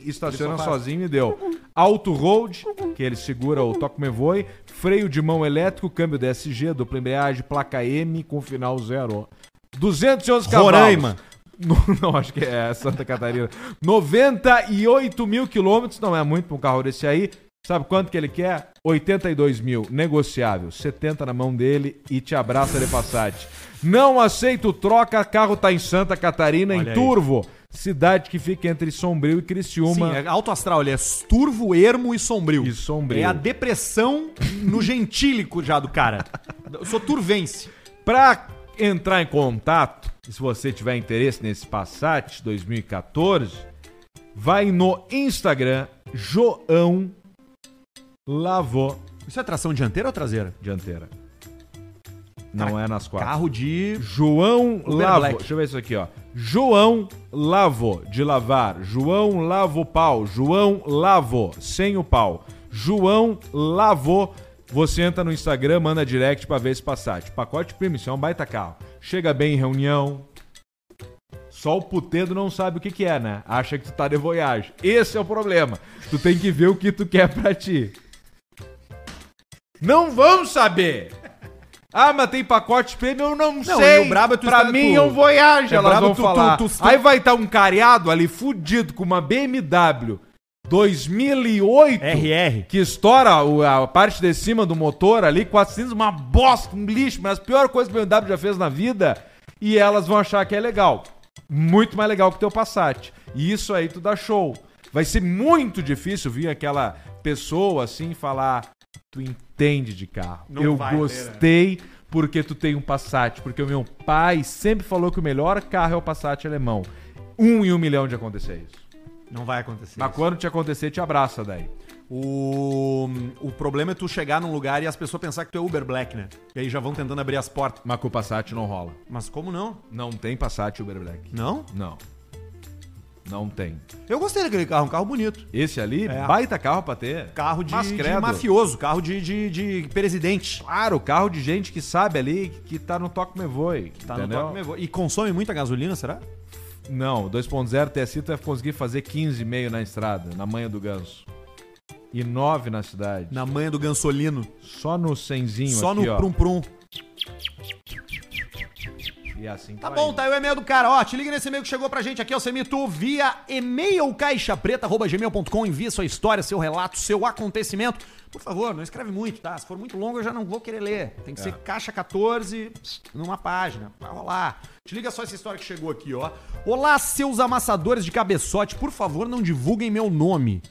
[SPEAKER 3] Estaciona sozinho e deu. Auto Road, que ele segura o Toque Me Voe, freio de mão elétrico, câmbio DSG, dupla embreagem, placa M com final zero. 211 cavalos.
[SPEAKER 2] Roraima.
[SPEAKER 3] No- não, acho que é Santa Catarina. 98 mil quilômetros, não é muito pra um carro desse aí. Sabe quanto que ele quer? 82 mil, negociável. 70 na mão dele e te abraça de Passat. Não aceito troca, carro tá em Santa Catarina, em
[SPEAKER 2] Olha aí.
[SPEAKER 3] Turvo. Cidade que fica entre Sombrio e Criciúma.
[SPEAKER 2] Sim, é alto astral, ele é turvo, ermo e sombrio.
[SPEAKER 3] E sombrio.
[SPEAKER 2] É a depressão no gentílico já do cara. Eu sou turvense.
[SPEAKER 3] Para entrar em contato, se você tiver interesse nesse Passat 2014, vai no Instagram João Lavô
[SPEAKER 2] Isso é tração dianteira ou traseira?
[SPEAKER 3] dianteira. Não é nas quatro.
[SPEAKER 2] Carro de...
[SPEAKER 3] João Lavo.
[SPEAKER 2] Black.
[SPEAKER 3] Deixa eu ver isso aqui, ó. João Lavo, de lavar. João Lavo Pau. João Lavo, sem o pau. João Lavo. Você entra no Instagram, manda direct pra ver esse Passat. Pacote premium, isso é um baita carro. Chega bem em reunião. Só o putedo não sabe o que que é, né? Acha que tu tá de voyage. Esse é o problema. Tu tem que ver o que tu quer pra ti. Não vão saber! Ah, mas tem pacote prêmio, eu não, sei.
[SPEAKER 2] e o brabo é tu
[SPEAKER 3] pra
[SPEAKER 2] estar-
[SPEAKER 3] mim
[SPEAKER 2] tu-
[SPEAKER 3] é um voyage,
[SPEAKER 2] é
[SPEAKER 3] elas
[SPEAKER 2] brabo
[SPEAKER 3] vão
[SPEAKER 2] tu- tu-
[SPEAKER 3] falar.
[SPEAKER 2] tu- tu-
[SPEAKER 3] Aí vai estar um careado ali, fudido, com uma BMW 2008.
[SPEAKER 2] RR.
[SPEAKER 3] Que estoura o- a parte de cima do motor ali, 400, uma bosta, um lixo, mas a pior coisa que o BMW já fez na vida. E elas vão achar que é legal. Muito mais legal que o teu Passat. E isso aí tu dá show. Vai ser muito difícil vir aquela pessoa assim falar: tu entende de carro.
[SPEAKER 2] Não
[SPEAKER 3] Eu
[SPEAKER 2] vai, né?"
[SPEAKER 3] gostei porque tu tem um Passat. Porque o meu pai sempre falou que o melhor carro é o Passat alemão. Um em um milhão de acontecer isso.
[SPEAKER 2] Não vai acontecer
[SPEAKER 3] Mas quando te acontecer, te abraça daí.
[SPEAKER 2] O, o problema é tu chegar num lugar e as pessoas pensar que tu é Uber Black, né? E aí já vão tentando abrir as portas.
[SPEAKER 3] Mas com o Passat não rola.
[SPEAKER 2] Mas como não?
[SPEAKER 3] Não tem Passat Uber Black.
[SPEAKER 2] Não?
[SPEAKER 3] Não. Não tem.
[SPEAKER 2] Eu gostei daquele carro, um carro bonito.
[SPEAKER 3] Esse ali,
[SPEAKER 2] É.
[SPEAKER 3] baita carro pra ter.
[SPEAKER 2] Carro de,
[SPEAKER 3] Mas
[SPEAKER 2] de
[SPEAKER 3] credo.
[SPEAKER 2] mafioso, carro de, de, de presidente.
[SPEAKER 3] Claro, carro de gente que sabe ali que tá no Toque Me Voe.
[SPEAKER 2] Tá
[SPEAKER 3] entendeu?
[SPEAKER 2] no toque mesmo. E consome muita gasolina, será?
[SPEAKER 3] Não, 2.0 TSI tu vai conseguir fazer 15,5 na estrada, na manha do ganso. E 9 na cidade.
[SPEAKER 2] Na manha do gansolino.
[SPEAKER 3] Só no senzinho
[SPEAKER 2] Só
[SPEAKER 3] aqui,
[SPEAKER 2] no
[SPEAKER 3] ó.
[SPEAKER 2] prum-prum.
[SPEAKER 3] E assim
[SPEAKER 2] Tá
[SPEAKER 3] vai
[SPEAKER 2] bom,
[SPEAKER 3] indo.
[SPEAKER 2] tá aí o e-mail do cara. Ó, te liga nesse e-mail que chegou pra gente aqui, ó, Semito, via e-mail caixapreta.gmail.com. Envia sua história, seu relato, seu acontecimento. Por favor, não escreve muito, tá? Se for muito longo, eu já não vou querer ler. Tem que
[SPEAKER 3] É.
[SPEAKER 2] ser caixa 14 pss, numa página. Vai rolar. Te liga só essa história que chegou aqui, ó. Olá, seus amassadores de cabeçote. Por favor, não divulguem meu nome.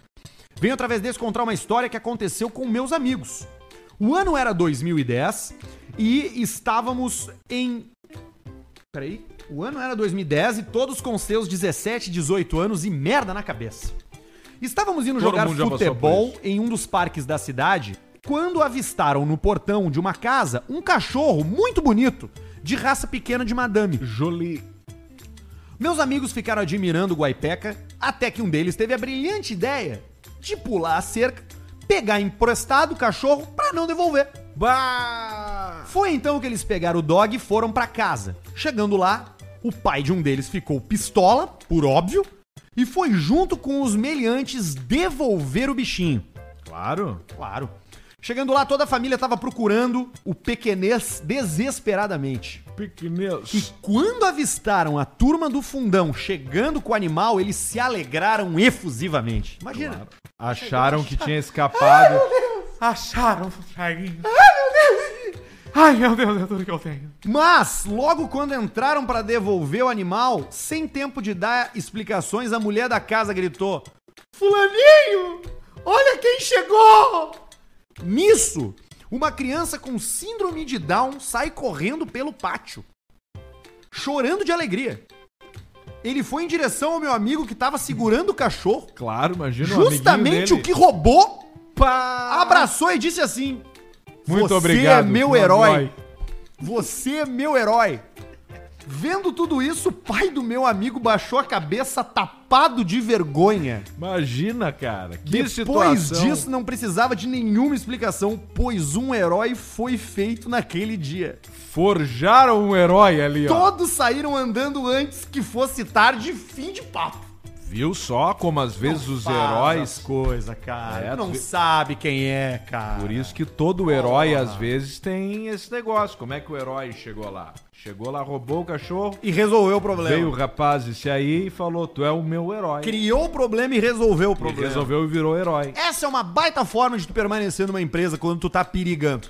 [SPEAKER 2] Venho através desse contar uma história que aconteceu com meus amigos. O ano era 2010 e estávamos em. Peraí. O ano era 2010 e todos com seus 17, 18 anos e merda na cabeça. Estávamos indo
[SPEAKER 3] Todo
[SPEAKER 2] jogar
[SPEAKER 3] mundo já passou
[SPEAKER 2] futebol
[SPEAKER 3] por
[SPEAKER 2] em um dos parques da cidade quando avistaram no portão de uma casa um cachorro muito bonito, de raça pequena de madame.
[SPEAKER 3] Jolie.
[SPEAKER 2] Meus amigos ficaram admirando o Guaipeca até que um deles teve a brilhante ideia de pular a cerca, pegar emprestado o cachorro pra não devolver.
[SPEAKER 3] Bah!
[SPEAKER 2] Foi então que eles pegaram o dog e foram pra casa. Chegando lá, o pai de um deles ficou pistola, por óbvio, e foi junto com os meliantes devolver o bichinho.
[SPEAKER 3] Claro.
[SPEAKER 2] Claro. Chegando lá, toda a família tava procurando o pequenês desesperadamente. E
[SPEAKER 3] Pequenês.
[SPEAKER 2] quando avistaram a turma do fundão chegando com o animal, eles se alegraram efusivamente. Imagina.
[SPEAKER 3] Acharam que tinha escapado.
[SPEAKER 2] Ah!
[SPEAKER 5] Acharam os carguinhos. Ai, meu Deus, é tudo que eu tenho.
[SPEAKER 2] Mas, logo quando entraram pra devolver o animal, sem tempo de dar explicações, a mulher da casa gritou: Fulaninho, olha quem chegou! Nisso, uma criança com síndrome de Down sai correndo pelo pátio, chorando de alegria. Ele foi em direção ao meu amigo que tava segurando o cachorro.
[SPEAKER 3] Claro, imagina um
[SPEAKER 2] justamente
[SPEAKER 3] amiguinho
[SPEAKER 2] o
[SPEAKER 3] dele.
[SPEAKER 2] que roubou, abraçou e disse assim:
[SPEAKER 3] Muito
[SPEAKER 2] Você
[SPEAKER 3] obrigado,
[SPEAKER 2] é meu
[SPEAKER 3] meu
[SPEAKER 2] herói.
[SPEAKER 3] herói."
[SPEAKER 2] Você é meu herói. Vendo tudo isso, o pai do meu amigo baixou a cabeça tapado de vergonha.
[SPEAKER 3] Imagina, cara. Que
[SPEAKER 2] Depois
[SPEAKER 3] situação.
[SPEAKER 2] disso, não precisava de nenhuma explicação, pois um herói foi feito naquele dia.
[SPEAKER 3] Forjaram um herói ali, ó.
[SPEAKER 2] Todos saíram andando antes que fosse tarde, fim de papo.
[SPEAKER 3] Viu só como às vezes os
[SPEAKER 2] Faz
[SPEAKER 3] heróis
[SPEAKER 2] as coisa, cara.
[SPEAKER 3] É,
[SPEAKER 2] tu não
[SPEAKER 3] tu-
[SPEAKER 2] sabe quem é, cara.
[SPEAKER 3] Por isso que todo herói, às vezes, tem esse negócio. Como é que o herói chegou lá? Chegou lá, roubou o cachorro,
[SPEAKER 2] E resolveu o problema.
[SPEAKER 3] veio o rapaz esse aí e falou, tu é o meu herói.
[SPEAKER 2] Criou o problema e resolveu o
[SPEAKER 3] E
[SPEAKER 2] problema.
[SPEAKER 3] resolveu e virou herói.
[SPEAKER 2] Essa é uma baita forma de tu permanecer numa empresa quando tu tá perigando.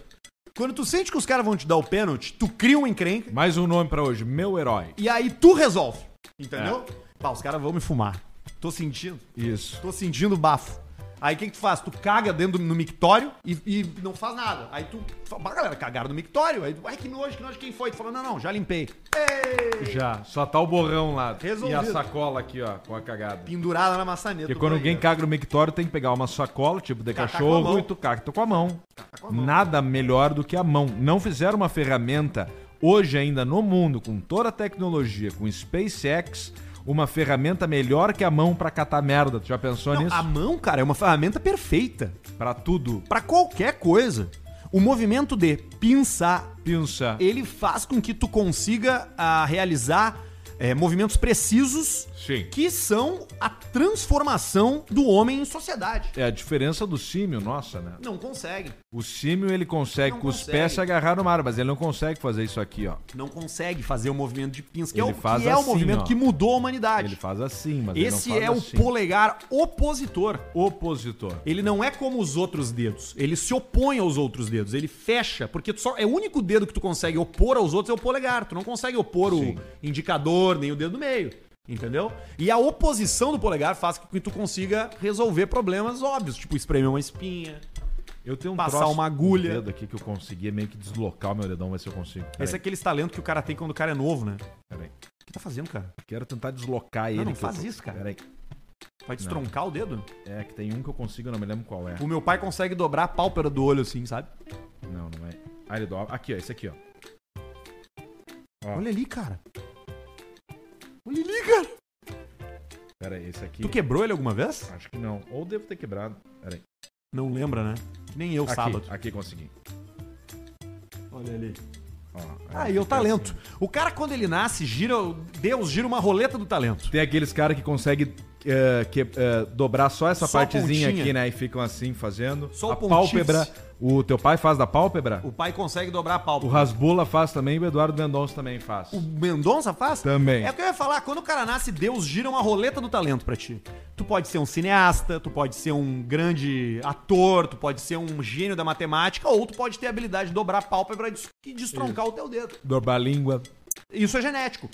[SPEAKER 2] Quando tu sente que os caras vão te dar o pênalti, tu cria um encrenca
[SPEAKER 3] Mais um nome pra hoje, meu herói.
[SPEAKER 2] e aí tu resolve. Entendeu?
[SPEAKER 3] É.
[SPEAKER 2] Pá, os caras vão me fumar. Tô sentindo.
[SPEAKER 3] Isso.
[SPEAKER 2] Tô sentindo bafo. Aí o que, que tu faz? Tu caga dentro do- no mictório e, e não faz nada. Aí tu fala, "Bah, galera, cagaram no mictório. Aí tu, ai que nojo, que nojo, quem foi? Tu fala, não, não, já limpei.
[SPEAKER 3] Já. Só tá o borrão lá.
[SPEAKER 2] Resolvido.
[SPEAKER 3] E a sacola aqui, ó, com a cagada.
[SPEAKER 2] Pendurada na maçaneta.
[SPEAKER 3] Porque quando
[SPEAKER 2] do
[SPEAKER 3] alguém
[SPEAKER 2] banheiro.
[SPEAKER 3] caga no mictório, tem que pegar uma sacola, tipo de
[SPEAKER 2] né? Catar com a
[SPEAKER 3] cachorro,
[SPEAKER 2] mão.
[SPEAKER 3] e tu cacta com a mão. Nada melhor do que a mão. Não fizeram uma ferramenta, hoje ainda no mundo, com toda a tecnologia, com SpaceX, uma ferramenta melhor que a mão pra catar merda. Tu já pensou
[SPEAKER 2] Não,
[SPEAKER 3] nisso?
[SPEAKER 2] a mão, cara, é uma ferramenta perfeita
[SPEAKER 3] Pra tudo.
[SPEAKER 2] pra qualquer coisa. O movimento de pinçar,
[SPEAKER 3] Pinça.
[SPEAKER 2] ele faz com que tu consiga ah, realizar eh, movimentos precisos
[SPEAKER 3] Sim.
[SPEAKER 2] que são a transformação do homem em sociedade.
[SPEAKER 3] É a diferença do símio, nossa, né?
[SPEAKER 2] Não consegue.
[SPEAKER 3] O símio ele consegue
[SPEAKER 2] Não
[SPEAKER 3] com os
[SPEAKER 2] consegue.
[SPEAKER 3] pés se agarrar no mar, mas ele não consegue fazer isso aqui, ó.
[SPEAKER 2] não consegue fazer o movimento de pinça, que, é,
[SPEAKER 3] Ele
[SPEAKER 2] o,
[SPEAKER 3] faz
[SPEAKER 2] que é o
[SPEAKER 3] assim,
[SPEAKER 2] movimento
[SPEAKER 3] ó.
[SPEAKER 2] que mudou a humanidade.
[SPEAKER 3] Ele faz assim, mas
[SPEAKER 2] Esse
[SPEAKER 3] ele
[SPEAKER 2] é
[SPEAKER 3] não
[SPEAKER 2] o
[SPEAKER 3] faz assim.
[SPEAKER 2] polegar opositor.
[SPEAKER 3] opositor.
[SPEAKER 2] Ele não é como os outros dedos. Ele se opõe aos outros dedos. Ele fecha, porque tu só é o único dedo que tu consegue opor aos outros é o polegar. Tu não consegue opor
[SPEAKER 3] Sim.
[SPEAKER 2] o indicador nem o dedo do meio. Entendeu? E a oposição do polegar faz com que tu consiga resolver problemas óbvios, tipo espremer uma espinha.
[SPEAKER 3] Eu tenho um
[SPEAKER 2] Passar
[SPEAKER 3] troço
[SPEAKER 2] uma
[SPEAKER 3] no
[SPEAKER 2] agulha.
[SPEAKER 3] dedo aqui que eu consegui meio que deslocar o meu dedão, ver se eu consigo. Peraí,
[SPEAKER 2] Esse é aqueles talentos que o cara tem quando o cara é novo, né? O
[SPEAKER 3] peraí.
[SPEAKER 2] que tá fazendo, cara?
[SPEAKER 3] Quero tentar deslocar ele.
[SPEAKER 2] não
[SPEAKER 3] que eu
[SPEAKER 2] faz isso, cara.
[SPEAKER 3] Peraí.
[SPEAKER 2] Vai destroncar o dedo?
[SPEAKER 3] É que tem um que eu consigo, eu não me lembro qual é.
[SPEAKER 2] O meu pai consegue dobrar a pálpebra do olho assim, sabe?
[SPEAKER 3] Tá. Não, não é. Ah, ele dobra. Aqui, ó. Esse aqui, ó. Ó.
[SPEAKER 2] Olha ali, cara. Olha ali, cara.
[SPEAKER 3] Peraí, esse aqui.
[SPEAKER 2] Tu quebrou ele alguma vez?
[SPEAKER 3] Acho que não. Ou devo ter quebrado. Peraí.
[SPEAKER 2] Não lembra, né? Que nem eu,
[SPEAKER 3] Aqui,
[SPEAKER 2] sábado.
[SPEAKER 3] aqui consegui.
[SPEAKER 2] Olha ali.
[SPEAKER 3] Ó,
[SPEAKER 2] Aí é o
[SPEAKER 3] fica
[SPEAKER 2] talento.
[SPEAKER 3] assim.
[SPEAKER 2] O cara, quando ele nasce, gira. o- Deus gira uma roleta do talento.
[SPEAKER 3] Tem aqueles caras que conseguem eh, que- eh, dobrar só essa
[SPEAKER 2] Só a
[SPEAKER 3] partezinha
[SPEAKER 2] pontinha.
[SPEAKER 3] aqui, né? E ficam assim fazendo.
[SPEAKER 2] Só o
[SPEAKER 3] a
[SPEAKER 2] pontífice.
[SPEAKER 3] pálpebra. O teu pai faz da pálpebra?
[SPEAKER 2] O pai consegue dobrar a
[SPEAKER 3] O
[SPEAKER 2] pálpebra.
[SPEAKER 3] Rasbula faz também, o Eduardo Mendonça também faz.
[SPEAKER 2] O Mendonça faz?
[SPEAKER 3] Também.
[SPEAKER 2] É o que eu ia falar. Quando o cara nasce, Deus gira uma roleta do talento pra ti. Tu pode ser um cineasta, tu pode ser um grande ator, tu pode ser um gênio da matemática, ou tu pode ter a habilidade de dobrar a pálpebra e des- e destroncar o teu dedo.
[SPEAKER 3] Dobrar a língua.
[SPEAKER 2] Isso é genético.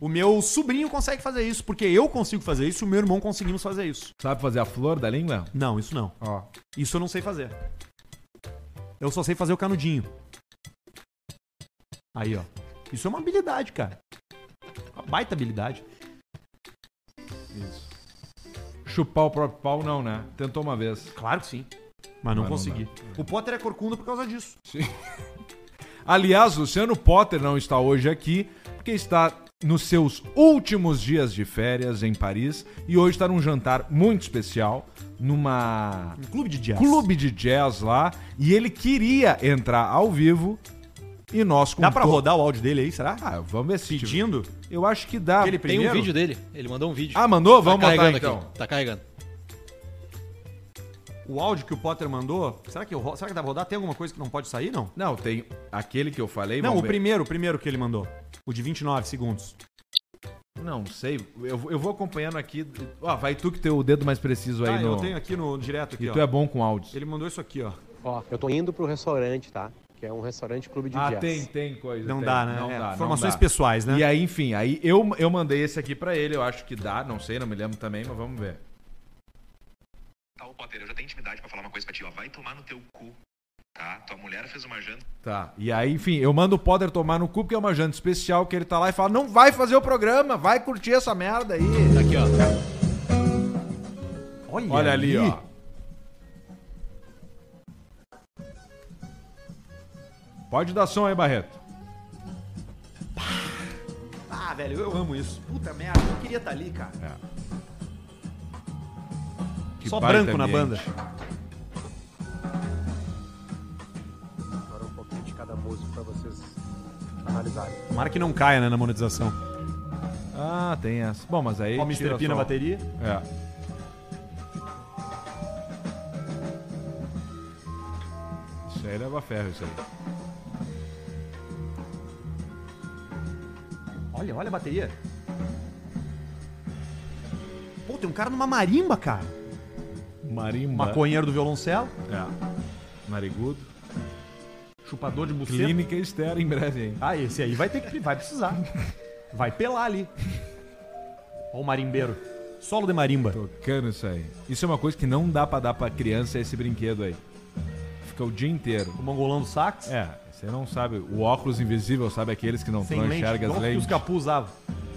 [SPEAKER 2] O meu sobrinho consegue fazer isso, porque eu consigo fazer isso e o meu irmão conseguimos fazer isso.
[SPEAKER 3] Sabe fazer a flor da língua?
[SPEAKER 2] Não, isso não.
[SPEAKER 3] Ó.
[SPEAKER 2] Isso eu não sei fazer. Eu só sei fazer o canudinho. Aí, ó. Isso é uma habilidade, cara. Uma baita habilidade.
[SPEAKER 3] Chupar o próprio pau, não, né? Tentou uma vez.
[SPEAKER 2] Claro que sim. Mas não
[SPEAKER 3] Mas não
[SPEAKER 2] consegui. o Potter é corcunda por causa disso.
[SPEAKER 3] Aliás, Luciano Potter não está hoje aqui, porque está nos seus últimos dias de férias em Paris e hoje está num jantar muito especial, numa
[SPEAKER 2] Um clube de jazz.
[SPEAKER 3] clube de jazz lá, e ele queria entrar ao vivo e nós com
[SPEAKER 2] Dá pra rodar o áudio dele aí, será?
[SPEAKER 3] Ah, vamos ver se
[SPEAKER 2] Pedindo?
[SPEAKER 3] Eu acho que dá.
[SPEAKER 2] Aquele
[SPEAKER 7] Tem
[SPEAKER 2] Primeiro?
[SPEAKER 7] um vídeo dele, ele mandou um vídeo.
[SPEAKER 3] Ah, mandou? Vamos
[SPEAKER 7] tá
[SPEAKER 3] mandar
[SPEAKER 7] carregando
[SPEAKER 3] então.
[SPEAKER 7] aqui. Tá carregando.
[SPEAKER 2] O áudio que o Potter mandou. Será que, eu, ro- será que dá pra rodar? Tem alguma coisa que não pode sair, não?
[SPEAKER 3] Não, tem aquele que eu falei,
[SPEAKER 2] Não,
[SPEAKER 3] vamos
[SPEAKER 2] o
[SPEAKER 3] ver.
[SPEAKER 2] primeiro, o primeiro que ele mandou. O de 29 segundos.
[SPEAKER 3] Não sei, eu, eu vou acompanhando aqui. Ó, vai tu que tem o dedo mais preciso aí
[SPEAKER 2] Tá,
[SPEAKER 3] no...
[SPEAKER 2] eu tenho aqui no direto aqui,
[SPEAKER 3] E
[SPEAKER 2] ó.
[SPEAKER 3] tu é bom com áudios.
[SPEAKER 2] Ele mandou isso aqui, ó.
[SPEAKER 8] Ó, eu tô indo pro restaurante, tá? Que é um restaurante clube de
[SPEAKER 3] Ah,
[SPEAKER 8] jazz.
[SPEAKER 3] tem, tem coisa.
[SPEAKER 2] Não
[SPEAKER 3] tem.
[SPEAKER 2] dá, né?
[SPEAKER 3] Não
[SPEAKER 2] É,
[SPEAKER 3] dá, não
[SPEAKER 2] informações
[SPEAKER 3] dá.
[SPEAKER 2] pessoais, né?
[SPEAKER 3] E aí, enfim, aí eu, eu mandei esse aqui pra ele, eu acho que dá, não sei, não me lembro também, mas vamos ver.
[SPEAKER 9] Tá, ô Potter, eu já tenho intimidade pra falar uma coisa pra ti, ó. Vai tomar no teu cu, tá? Tua mulher fez uma janta.
[SPEAKER 3] Tá. E aí, enfim, eu mando o Potter tomar no cu, porque é uma janta especial que ele tá lá e fala: não vai fazer o programa, vai curtir essa merda aí.
[SPEAKER 7] Aqui, ó.
[SPEAKER 2] Olha,
[SPEAKER 3] Olha ali, ó. Pode dar som aí, Barreto.
[SPEAKER 2] velho. Eu amo isso. Puta merda, É, ah, eu queria estar ali, cara.
[SPEAKER 3] Que
[SPEAKER 2] É. Só
[SPEAKER 3] baita
[SPEAKER 2] branco na banda.
[SPEAKER 3] ambiente.
[SPEAKER 8] Agora um pouquinho de cada músico pra vocês analisarem.
[SPEAKER 2] Tomara que não caia, né, na monetização.
[SPEAKER 3] Ah, tem essa. Bom, mas aí.
[SPEAKER 2] Ó, o Mr.
[SPEAKER 3] tira
[SPEAKER 2] P na
[SPEAKER 3] só-
[SPEAKER 2] bateria.
[SPEAKER 3] É. Isso aí leva ferro, isso aí.
[SPEAKER 2] Olha, olha a bateria. Pô, tem um cara numa marimba, cara.
[SPEAKER 3] Né? Marimba.
[SPEAKER 2] Maconheiro do violoncelo,
[SPEAKER 3] É. Narigudo.
[SPEAKER 2] chupador de buceta.
[SPEAKER 3] Clínica estéreo em breve, hein?
[SPEAKER 2] Ah, esse aí vai ter que vai precisar. Vai pelar ali. Ó o marimbeiro. Solo de marimba.
[SPEAKER 3] Tocando isso aí. Isso é uma coisa que não dá pra dar pra criança esse brinquedo aí. Fica o dia inteiro.
[SPEAKER 2] O mongolão do sax.
[SPEAKER 3] É, você não sabe. O óculos invisível, sabe aqueles que não,
[SPEAKER 2] Sem
[SPEAKER 3] não
[SPEAKER 2] lente.
[SPEAKER 3] enxerga as
[SPEAKER 2] igual que
[SPEAKER 3] lentes.
[SPEAKER 2] os capu usavam.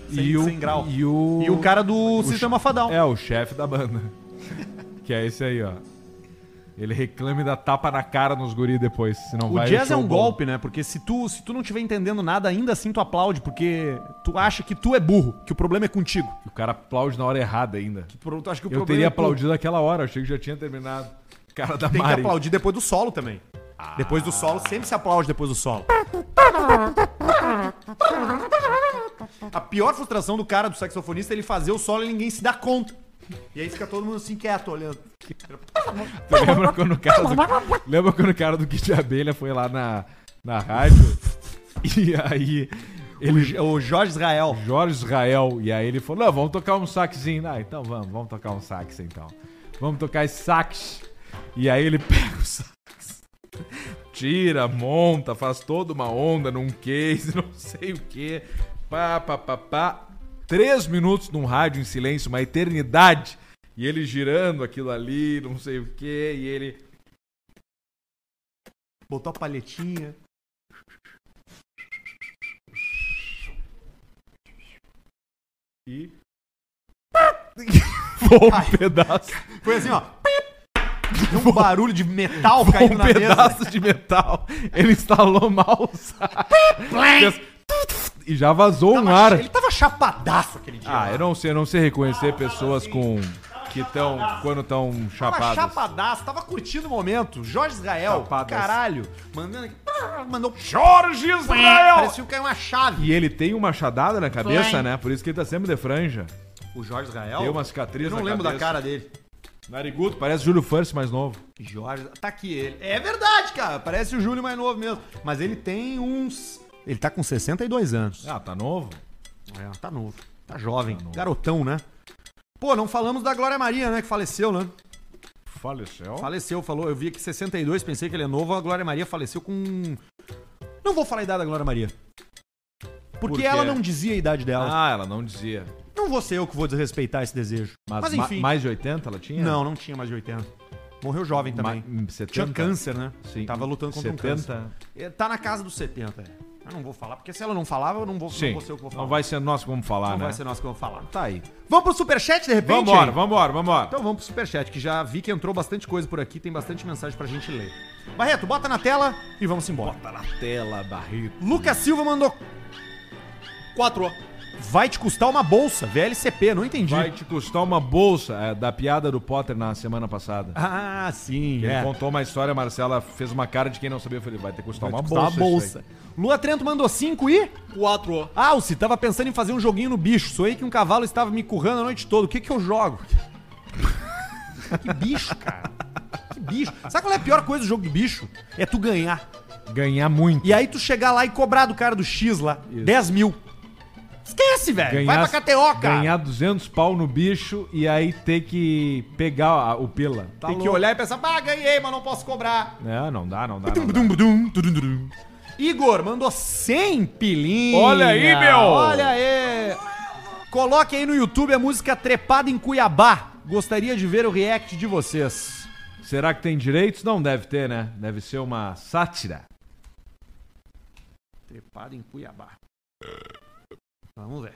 [SPEAKER 3] E
[SPEAKER 2] Sem,
[SPEAKER 3] o-
[SPEAKER 2] sem grau.
[SPEAKER 3] e o-
[SPEAKER 2] cara do
[SPEAKER 3] che-
[SPEAKER 2] Sistema Fadal.
[SPEAKER 3] É, o chefe da banda. que é esse aí, ó. Ele reclama e dá tapa na cara nos guri depois, senão
[SPEAKER 2] O
[SPEAKER 3] vai
[SPEAKER 2] jazz é
[SPEAKER 3] show
[SPEAKER 2] um
[SPEAKER 3] bom.
[SPEAKER 2] golpe, né? Porque se tu, se tu não estiver entendendo nada, ainda assim tu aplaude, porque tu acha que tu é burro, que o problema é contigo.
[SPEAKER 3] E O cara aplaude na hora errada ainda.
[SPEAKER 2] Que pro- tu acha que o
[SPEAKER 3] Eu
[SPEAKER 2] problema
[SPEAKER 3] teria
[SPEAKER 2] é tu.
[SPEAKER 3] aplaudido aquela hora, achei que já tinha terminado. Cara da
[SPEAKER 2] Tem que
[SPEAKER 3] Mari.
[SPEAKER 2] aplaudir depois do solo também. Depois do solo, sempre se aplaude depois do solo. A pior frustração do cara, do saxofonista, é ele fazer o solo e ninguém se dá conta. E aí fica todo mundo assim quieto, olhando.
[SPEAKER 3] Tu lembra quando o cara do, lembra quando o cara do Kid Abelha foi lá na, na rádio? E aí ele
[SPEAKER 2] O Jorge Israel.
[SPEAKER 3] Jorge Israel e aí ele falou: "Não, vamos tocar um saxinho". Ah, então vamos, vamos tocar um sax então. Vamos tocar esse sax. E aí ele pega o sax. Tira, monta, faz toda uma onda num case, não sei o quê. Pá, pá, pá, pá. Três minutos num rádio em silêncio, uma eternidade. E ele girando aquilo ali, não sei o quê, e ele.
[SPEAKER 2] Botou a palhetinha.
[SPEAKER 3] E. Voa um pedaço.
[SPEAKER 2] Foi assim, ó. Deu um barulho de metal caindo
[SPEAKER 3] um
[SPEAKER 2] na mesa.
[SPEAKER 3] pedaço de metal. Ele instalou mal o saco. Fez- E já vazou um
[SPEAKER 2] Tava
[SPEAKER 3] ar.
[SPEAKER 2] cha- Ele tava chapadaço aquele dia.
[SPEAKER 3] Ah, eu não sei, eu não sei reconhecer pessoas com. que estão. quando estão
[SPEAKER 2] Tava
[SPEAKER 3] chapadas.
[SPEAKER 2] chapadaço, tava curtindo o momento. Jorge Israel,
[SPEAKER 3] Chapadas.
[SPEAKER 2] caralho. Mandando aqui. pá, Mandou.
[SPEAKER 3] Jorge Israel!
[SPEAKER 2] Parecia que caiu uma chave.
[SPEAKER 3] E ele tem uma chadada na cabeça, né? Por isso que ele tá sempre de franja.
[SPEAKER 2] O Jorge Israel?
[SPEAKER 3] Tem uma cicatriz
[SPEAKER 2] Eu não
[SPEAKER 3] na
[SPEAKER 2] lembro da
[SPEAKER 3] cabeça.
[SPEAKER 2] cara dele.
[SPEAKER 3] Narigudo, parece Júlio Furst mais novo.
[SPEAKER 2] Jorge, tá aqui ele. É verdade, cara. Parece o Júlio mais novo mesmo. Mas ele tem uns. Ele tá com 62 anos.
[SPEAKER 3] Ah, tá novo?
[SPEAKER 2] É, tá novo. Tá jovem. Garotão, né? Pô, não falamos da Glória Maria, né? Que faleceu, né?
[SPEAKER 3] Faleceu.
[SPEAKER 2] Faleceu, falou. Eu vi aqui 62, pensei que ele é novo. A Glória Maria faleceu com. Não vou falar a idade da Glória Maria.
[SPEAKER 3] Por
[SPEAKER 2] Porque
[SPEAKER 3] quê?
[SPEAKER 2] ela não dizia a idade dela.
[SPEAKER 3] Ah, ela não dizia.
[SPEAKER 2] Não vou ser eu que vou desrespeitar esse desejo. Mas,
[SPEAKER 3] Mas, ma-
[SPEAKER 2] enfim.
[SPEAKER 3] mais de 80 ela tinha?
[SPEAKER 2] Não, não tinha mais de 80. Morreu jovem também.
[SPEAKER 3] Ma- 70?
[SPEAKER 2] Tinha câncer, né?
[SPEAKER 3] Sim.
[SPEAKER 2] Tava lutando contra
[SPEAKER 3] 70.
[SPEAKER 2] um câncer. É, Tá na casa dos 70. é. Eu não vou falar, porque se ela não falava, eu não vou,
[SPEAKER 3] Sim.
[SPEAKER 2] não vou ser eu que vou falar.
[SPEAKER 3] Não vai ser nós que vamos falar,
[SPEAKER 2] Não
[SPEAKER 3] né?
[SPEAKER 2] vai ser nós que vamos falar.
[SPEAKER 3] Tá aí.
[SPEAKER 2] Vamos pro superchat, de repente?
[SPEAKER 3] Vambora,
[SPEAKER 2] hein?
[SPEAKER 3] vambora, vambora.
[SPEAKER 2] Então vamos pro superchat, que já vi que entrou bastante coisa por aqui, tem bastante mensagem pra gente ler. Barreto, bota na tela e vamos embora.
[SPEAKER 3] Tá na tela, barrito.
[SPEAKER 2] Lucas Silva mandou... 4 Vai te custar uma bolsa, VLCP, não entendi.
[SPEAKER 3] Vai te custar uma bolsa é, da piada do Potter na semana passada.
[SPEAKER 2] Ah, sim,
[SPEAKER 3] Ele
[SPEAKER 2] é.
[SPEAKER 3] contou uma história, a Marcela fez uma cara de quem não sabia. Eu falei, vai ter que custar
[SPEAKER 2] Vai
[SPEAKER 3] uma
[SPEAKER 2] te
[SPEAKER 3] bolsa.
[SPEAKER 2] custar uma
[SPEAKER 3] isso
[SPEAKER 2] bolsa.
[SPEAKER 3] aí.
[SPEAKER 2] Lua Trento mandou 5 e...
[SPEAKER 8] 4.
[SPEAKER 2] Alce, tava pensando em fazer um joguinho no bicho. Sonhei que um cavalo estava me currando a noite toda. O que que eu jogo? que bicho, cara. Que bicho. Sabe qual é a pior coisa do jogo do bicho? É tu ganhar.
[SPEAKER 3] Ganhar muito.
[SPEAKER 2] E aí tu chegar lá e cobrar do cara do X lá.
[SPEAKER 3] Isso.
[SPEAKER 2] 10 mil. Esquece, velho. Vai pra KTO, cara.
[SPEAKER 3] Ganhar 200 pau no bicho e aí ter que pegar a- o pila. Tá
[SPEAKER 2] Tem que
[SPEAKER 3] louco.
[SPEAKER 2] olhar e pensar, ah, ganhei, mas não posso cobrar.
[SPEAKER 3] É, não dá, não dá. Não dá.
[SPEAKER 2] Dum, dum, dum, dum. Igor mandou 100 pilinhas.
[SPEAKER 3] Olha aí, meu!
[SPEAKER 2] Olha aí! Coloque aí no YouTube a música Trepada em Cuiabá. Gostaria de ver o react de vocês.
[SPEAKER 3] Será que tem direitos? Não deve ter, né? Deve ser uma sátira.
[SPEAKER 2] Trepada em Cuiabá. Vamos ver.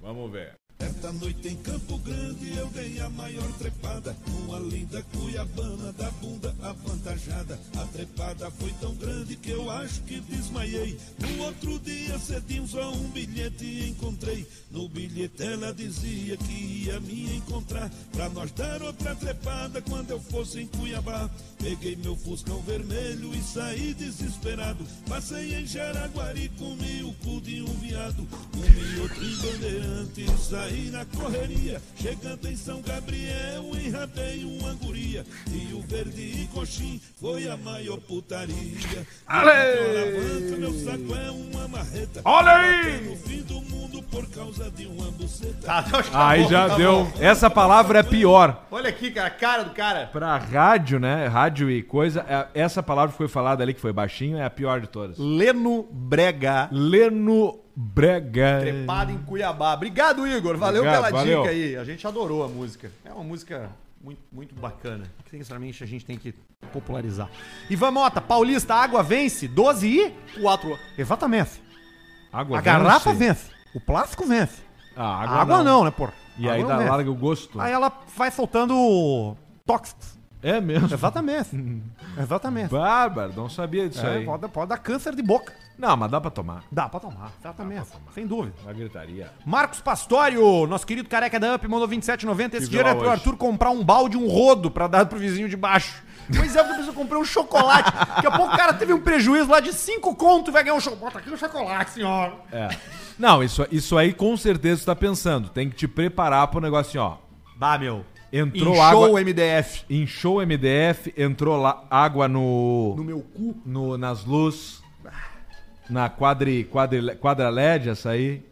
[SPEAKER 3] Vamos ver.
[SPEAKER 7] Esta noite em Campo Grande eu dei a maior trepada. Uma linda cuiabana da bunda avantajada. A trepada foi tão grande que eu acho que desmaiei. No outro dia cedinho só um bilhete encontrei. No bilhete ela dizia que ia me encontrar. Pra nós dar outra trepada quando eu fosse em Cuiabá. Peguei meu fuscão vermelho e saí desesperado. Passei em Jaraguari, comi o cu de um viado. Comi outro em Bandeirante e saí na correria. Chegando em São Gabriel, enrabei uma guria. E o verde e coxim foi a maior putaria.
[SPEAKER 3] Ale!
[SPEAKER 7] Alavanca, meu saco é uma marreta.
[SPEAKER 3] Olha aí!
[SPEAKER 7] No fim do mundo por causa de uma buceta.
[SPEAKER 10] Tá, tá, tá
[SPEAKER 3] Aí
[SPEAKER 10] bom,
[SPEAKER 3] já
[SPEAKER 10] tá
[SPEAKER 3] deu.
[SPEAKER 10] bom.
[SPEAKER 3] Essa palavra é pior.
[SPEAKER 10] Olha aqui, cara, a cara do cara.
[SPEAKER 3] Pra rádio, né? Rádio e coisa, é- essa palavra que foi falada ali, que foi baixinho, é a pior de todas.
[SPEAKER 10] Leno Brega.
[SPEAKER 3] Leno Brega.
[SPEAKER 10] Trepado em Cuiabá. Obrigado, Igor. Valeu
[SPEAKER 3] É. Obrigado,
[SPEAKER 10] pela
[SPEAKER 3] valeu.
[SPEAKER 10] dica aí. A gente adorou a música. É uma música muito, muito bacana. Que sinceramente a gente tem que popularizar.
[SPEAKER 2] Ivan Mota, Paulista, água vence, 12 e...
[SPEAKER 10] Quatro.
[SPEAKER 2] Exatamente.
[SPEAKER 3] Água
[SPEAKER 2] A garrafa
[SPEAKER 3] vence.
[SPEAKER 2] vence, o plástico vence.
[SPEAKER 3] Ah,
[SPEAKER 2] Água, não. né, porra?
[SPEAKER 3] E aí
[SPEAKER 2] Água
[SPEAKER 3] dá,
[SPEAKER 2] vence.
[SPEAKER 3] larga o gosto.
[SPEAKER 2] Aí ela vai soltando tóxicos.
[SPEAKER 3] É mesmo.
[SPEAKER 2] Exatamente. Exatamente.
[SPEAKER 3] Bárbaro, não sabia disso
[SPEAKER 2] É,
[SPEAKER 3] aí.
[SPEAKER 2] pode, pode dar câncer de boca.
[SPEAKER 3] Não, mas dá pra tomar.
[SPEAKER 2] Dá pra tomar. Exatamente. Sem dúvida.
[SPEAKER 3] A gritaria.
[SPEAKER 2] Marcos Pastório, nosso querido careca da UP, mandou 27,90. Esse
[SPEAKER 3] Tive
[SPEAKER 2] dinheiro é
[SPEAKER 3] lá
[SPEAKER 2] pro
[SPEAKER 3] hoje.
[SPEAKER 2] Arthur comprar um balde, um rodo pra dar pro vizinho de baixo. Pois é, porque eu preciso comprar um chocolate. Daqui a pouco o cara teve um prejuízo lá de 5 conto e vai ganhar um chocolate. Bota aqui um chocolate, senhor.
[SPEAKER 3] É. Não, isso, isso aí com certeza tu tá pensando. Tem que te preparar pro negócio assim, ó.
[SPEAKER 2] Bah, meu.
[SPEAKER 3] Entrou
[SPEAKER 2] Inchou
[SPEAKER 3] água.
[SPEAKER 2] o MDF.
[SPEAKER 3] Inchou o MDF, entrou lá água no.
[SPEAKER 10] No meu cu.
[SPEAKER 3] no- nas luzes. Na quadri, quadri, quadra LED, essa aí.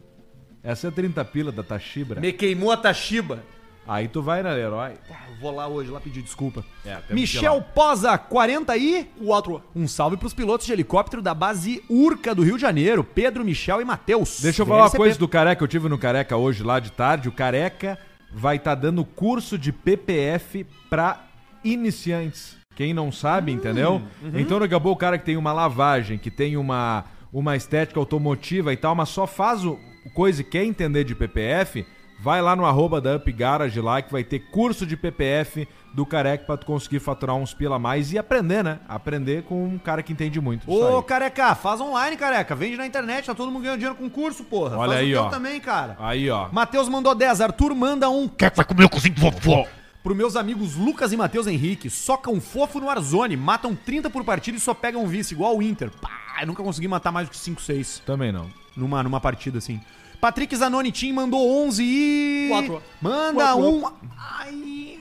[SPEAKER 3] Essa é 30 pila da Tashibra.
[SPEAKER 10] Me queimou a Tashiba.
[SPEAKER 3] Aí tu vai na Leroy.
[SPEAKER 10] Ah, Vou lá hoje, lá pedir desculpa.
[SPEAKER 3] É, temos que ir
[SPEAKER 2] Michel
[SPEAKER 3] lá.
[SPEAKER 2] Posa, 40 e...
[SPEAKER 10] Quatro.
[SPEAKER 2] Um salve pros pilotos de helicóptero da base Urca do Rio de Janeiro, Pedro, Michel e é Matheus.
[SPEAKER 3] Deixa eu falar uma coisa do Careca. Eu tive no Careca hoje, lá de tarde. O Careca vai estar dando curso de PPF pra iniciantes. Quem não sabe,
[SPEAKER 2] Hum,
[SPEAKER 3] entendeu?
[SPEAKER 2] uhum.
[SPEAKER 3] Então, daqui a pouco, o cara que tem uma lavagem, que tem uma, uma estética automotiva e tal, mas só faz o coisa e quer entender de PPF, vai lá no arroba da Up Garage lá, que vai ter curso de PPF do Careca pra tu conseguir faturar uns pila a mais e aprender, né? Aprender com um cara que entende muito disso
[SPEAKER 2] Ô,
[SPEAKER 3] aí.
[SPEAKER 2] careca, faz online, careca. Vende na internet, tá todo mundo ganhando dinheiro com curso, porra.
[SPEAKER 3] Olha
[SPEAKER 2] faz
[SPEAKER 3] aí,
[SPEAKER 2] teu
[SPEAKER 3] ó.
[SPEAKER 2] também, cara.
[SPEAKER 3] Aí, ó.
[SPEAKER 2] Matheus mandou 10, Arthur manda um. Quer que vai comer o cozinho do vovó? Pro meus amigos Lucas e Matheus Henrique, socam fofo no Arzoni, matam 30 por partida e só pegam vice, igual o Inter. Pá, eu nunca consegui matar mais do que 5, 6
[SPEAKER 3] Também não.
[SPEAKER 2] numa, numa partida assim. Patrick Zanoni Team mandou 11 e.
[SPEAKER 10] Quatro.
[SPEAKER 2] Manda
[SPEAKER 10] Quatro.
[SPEAKER 2] um. Ai.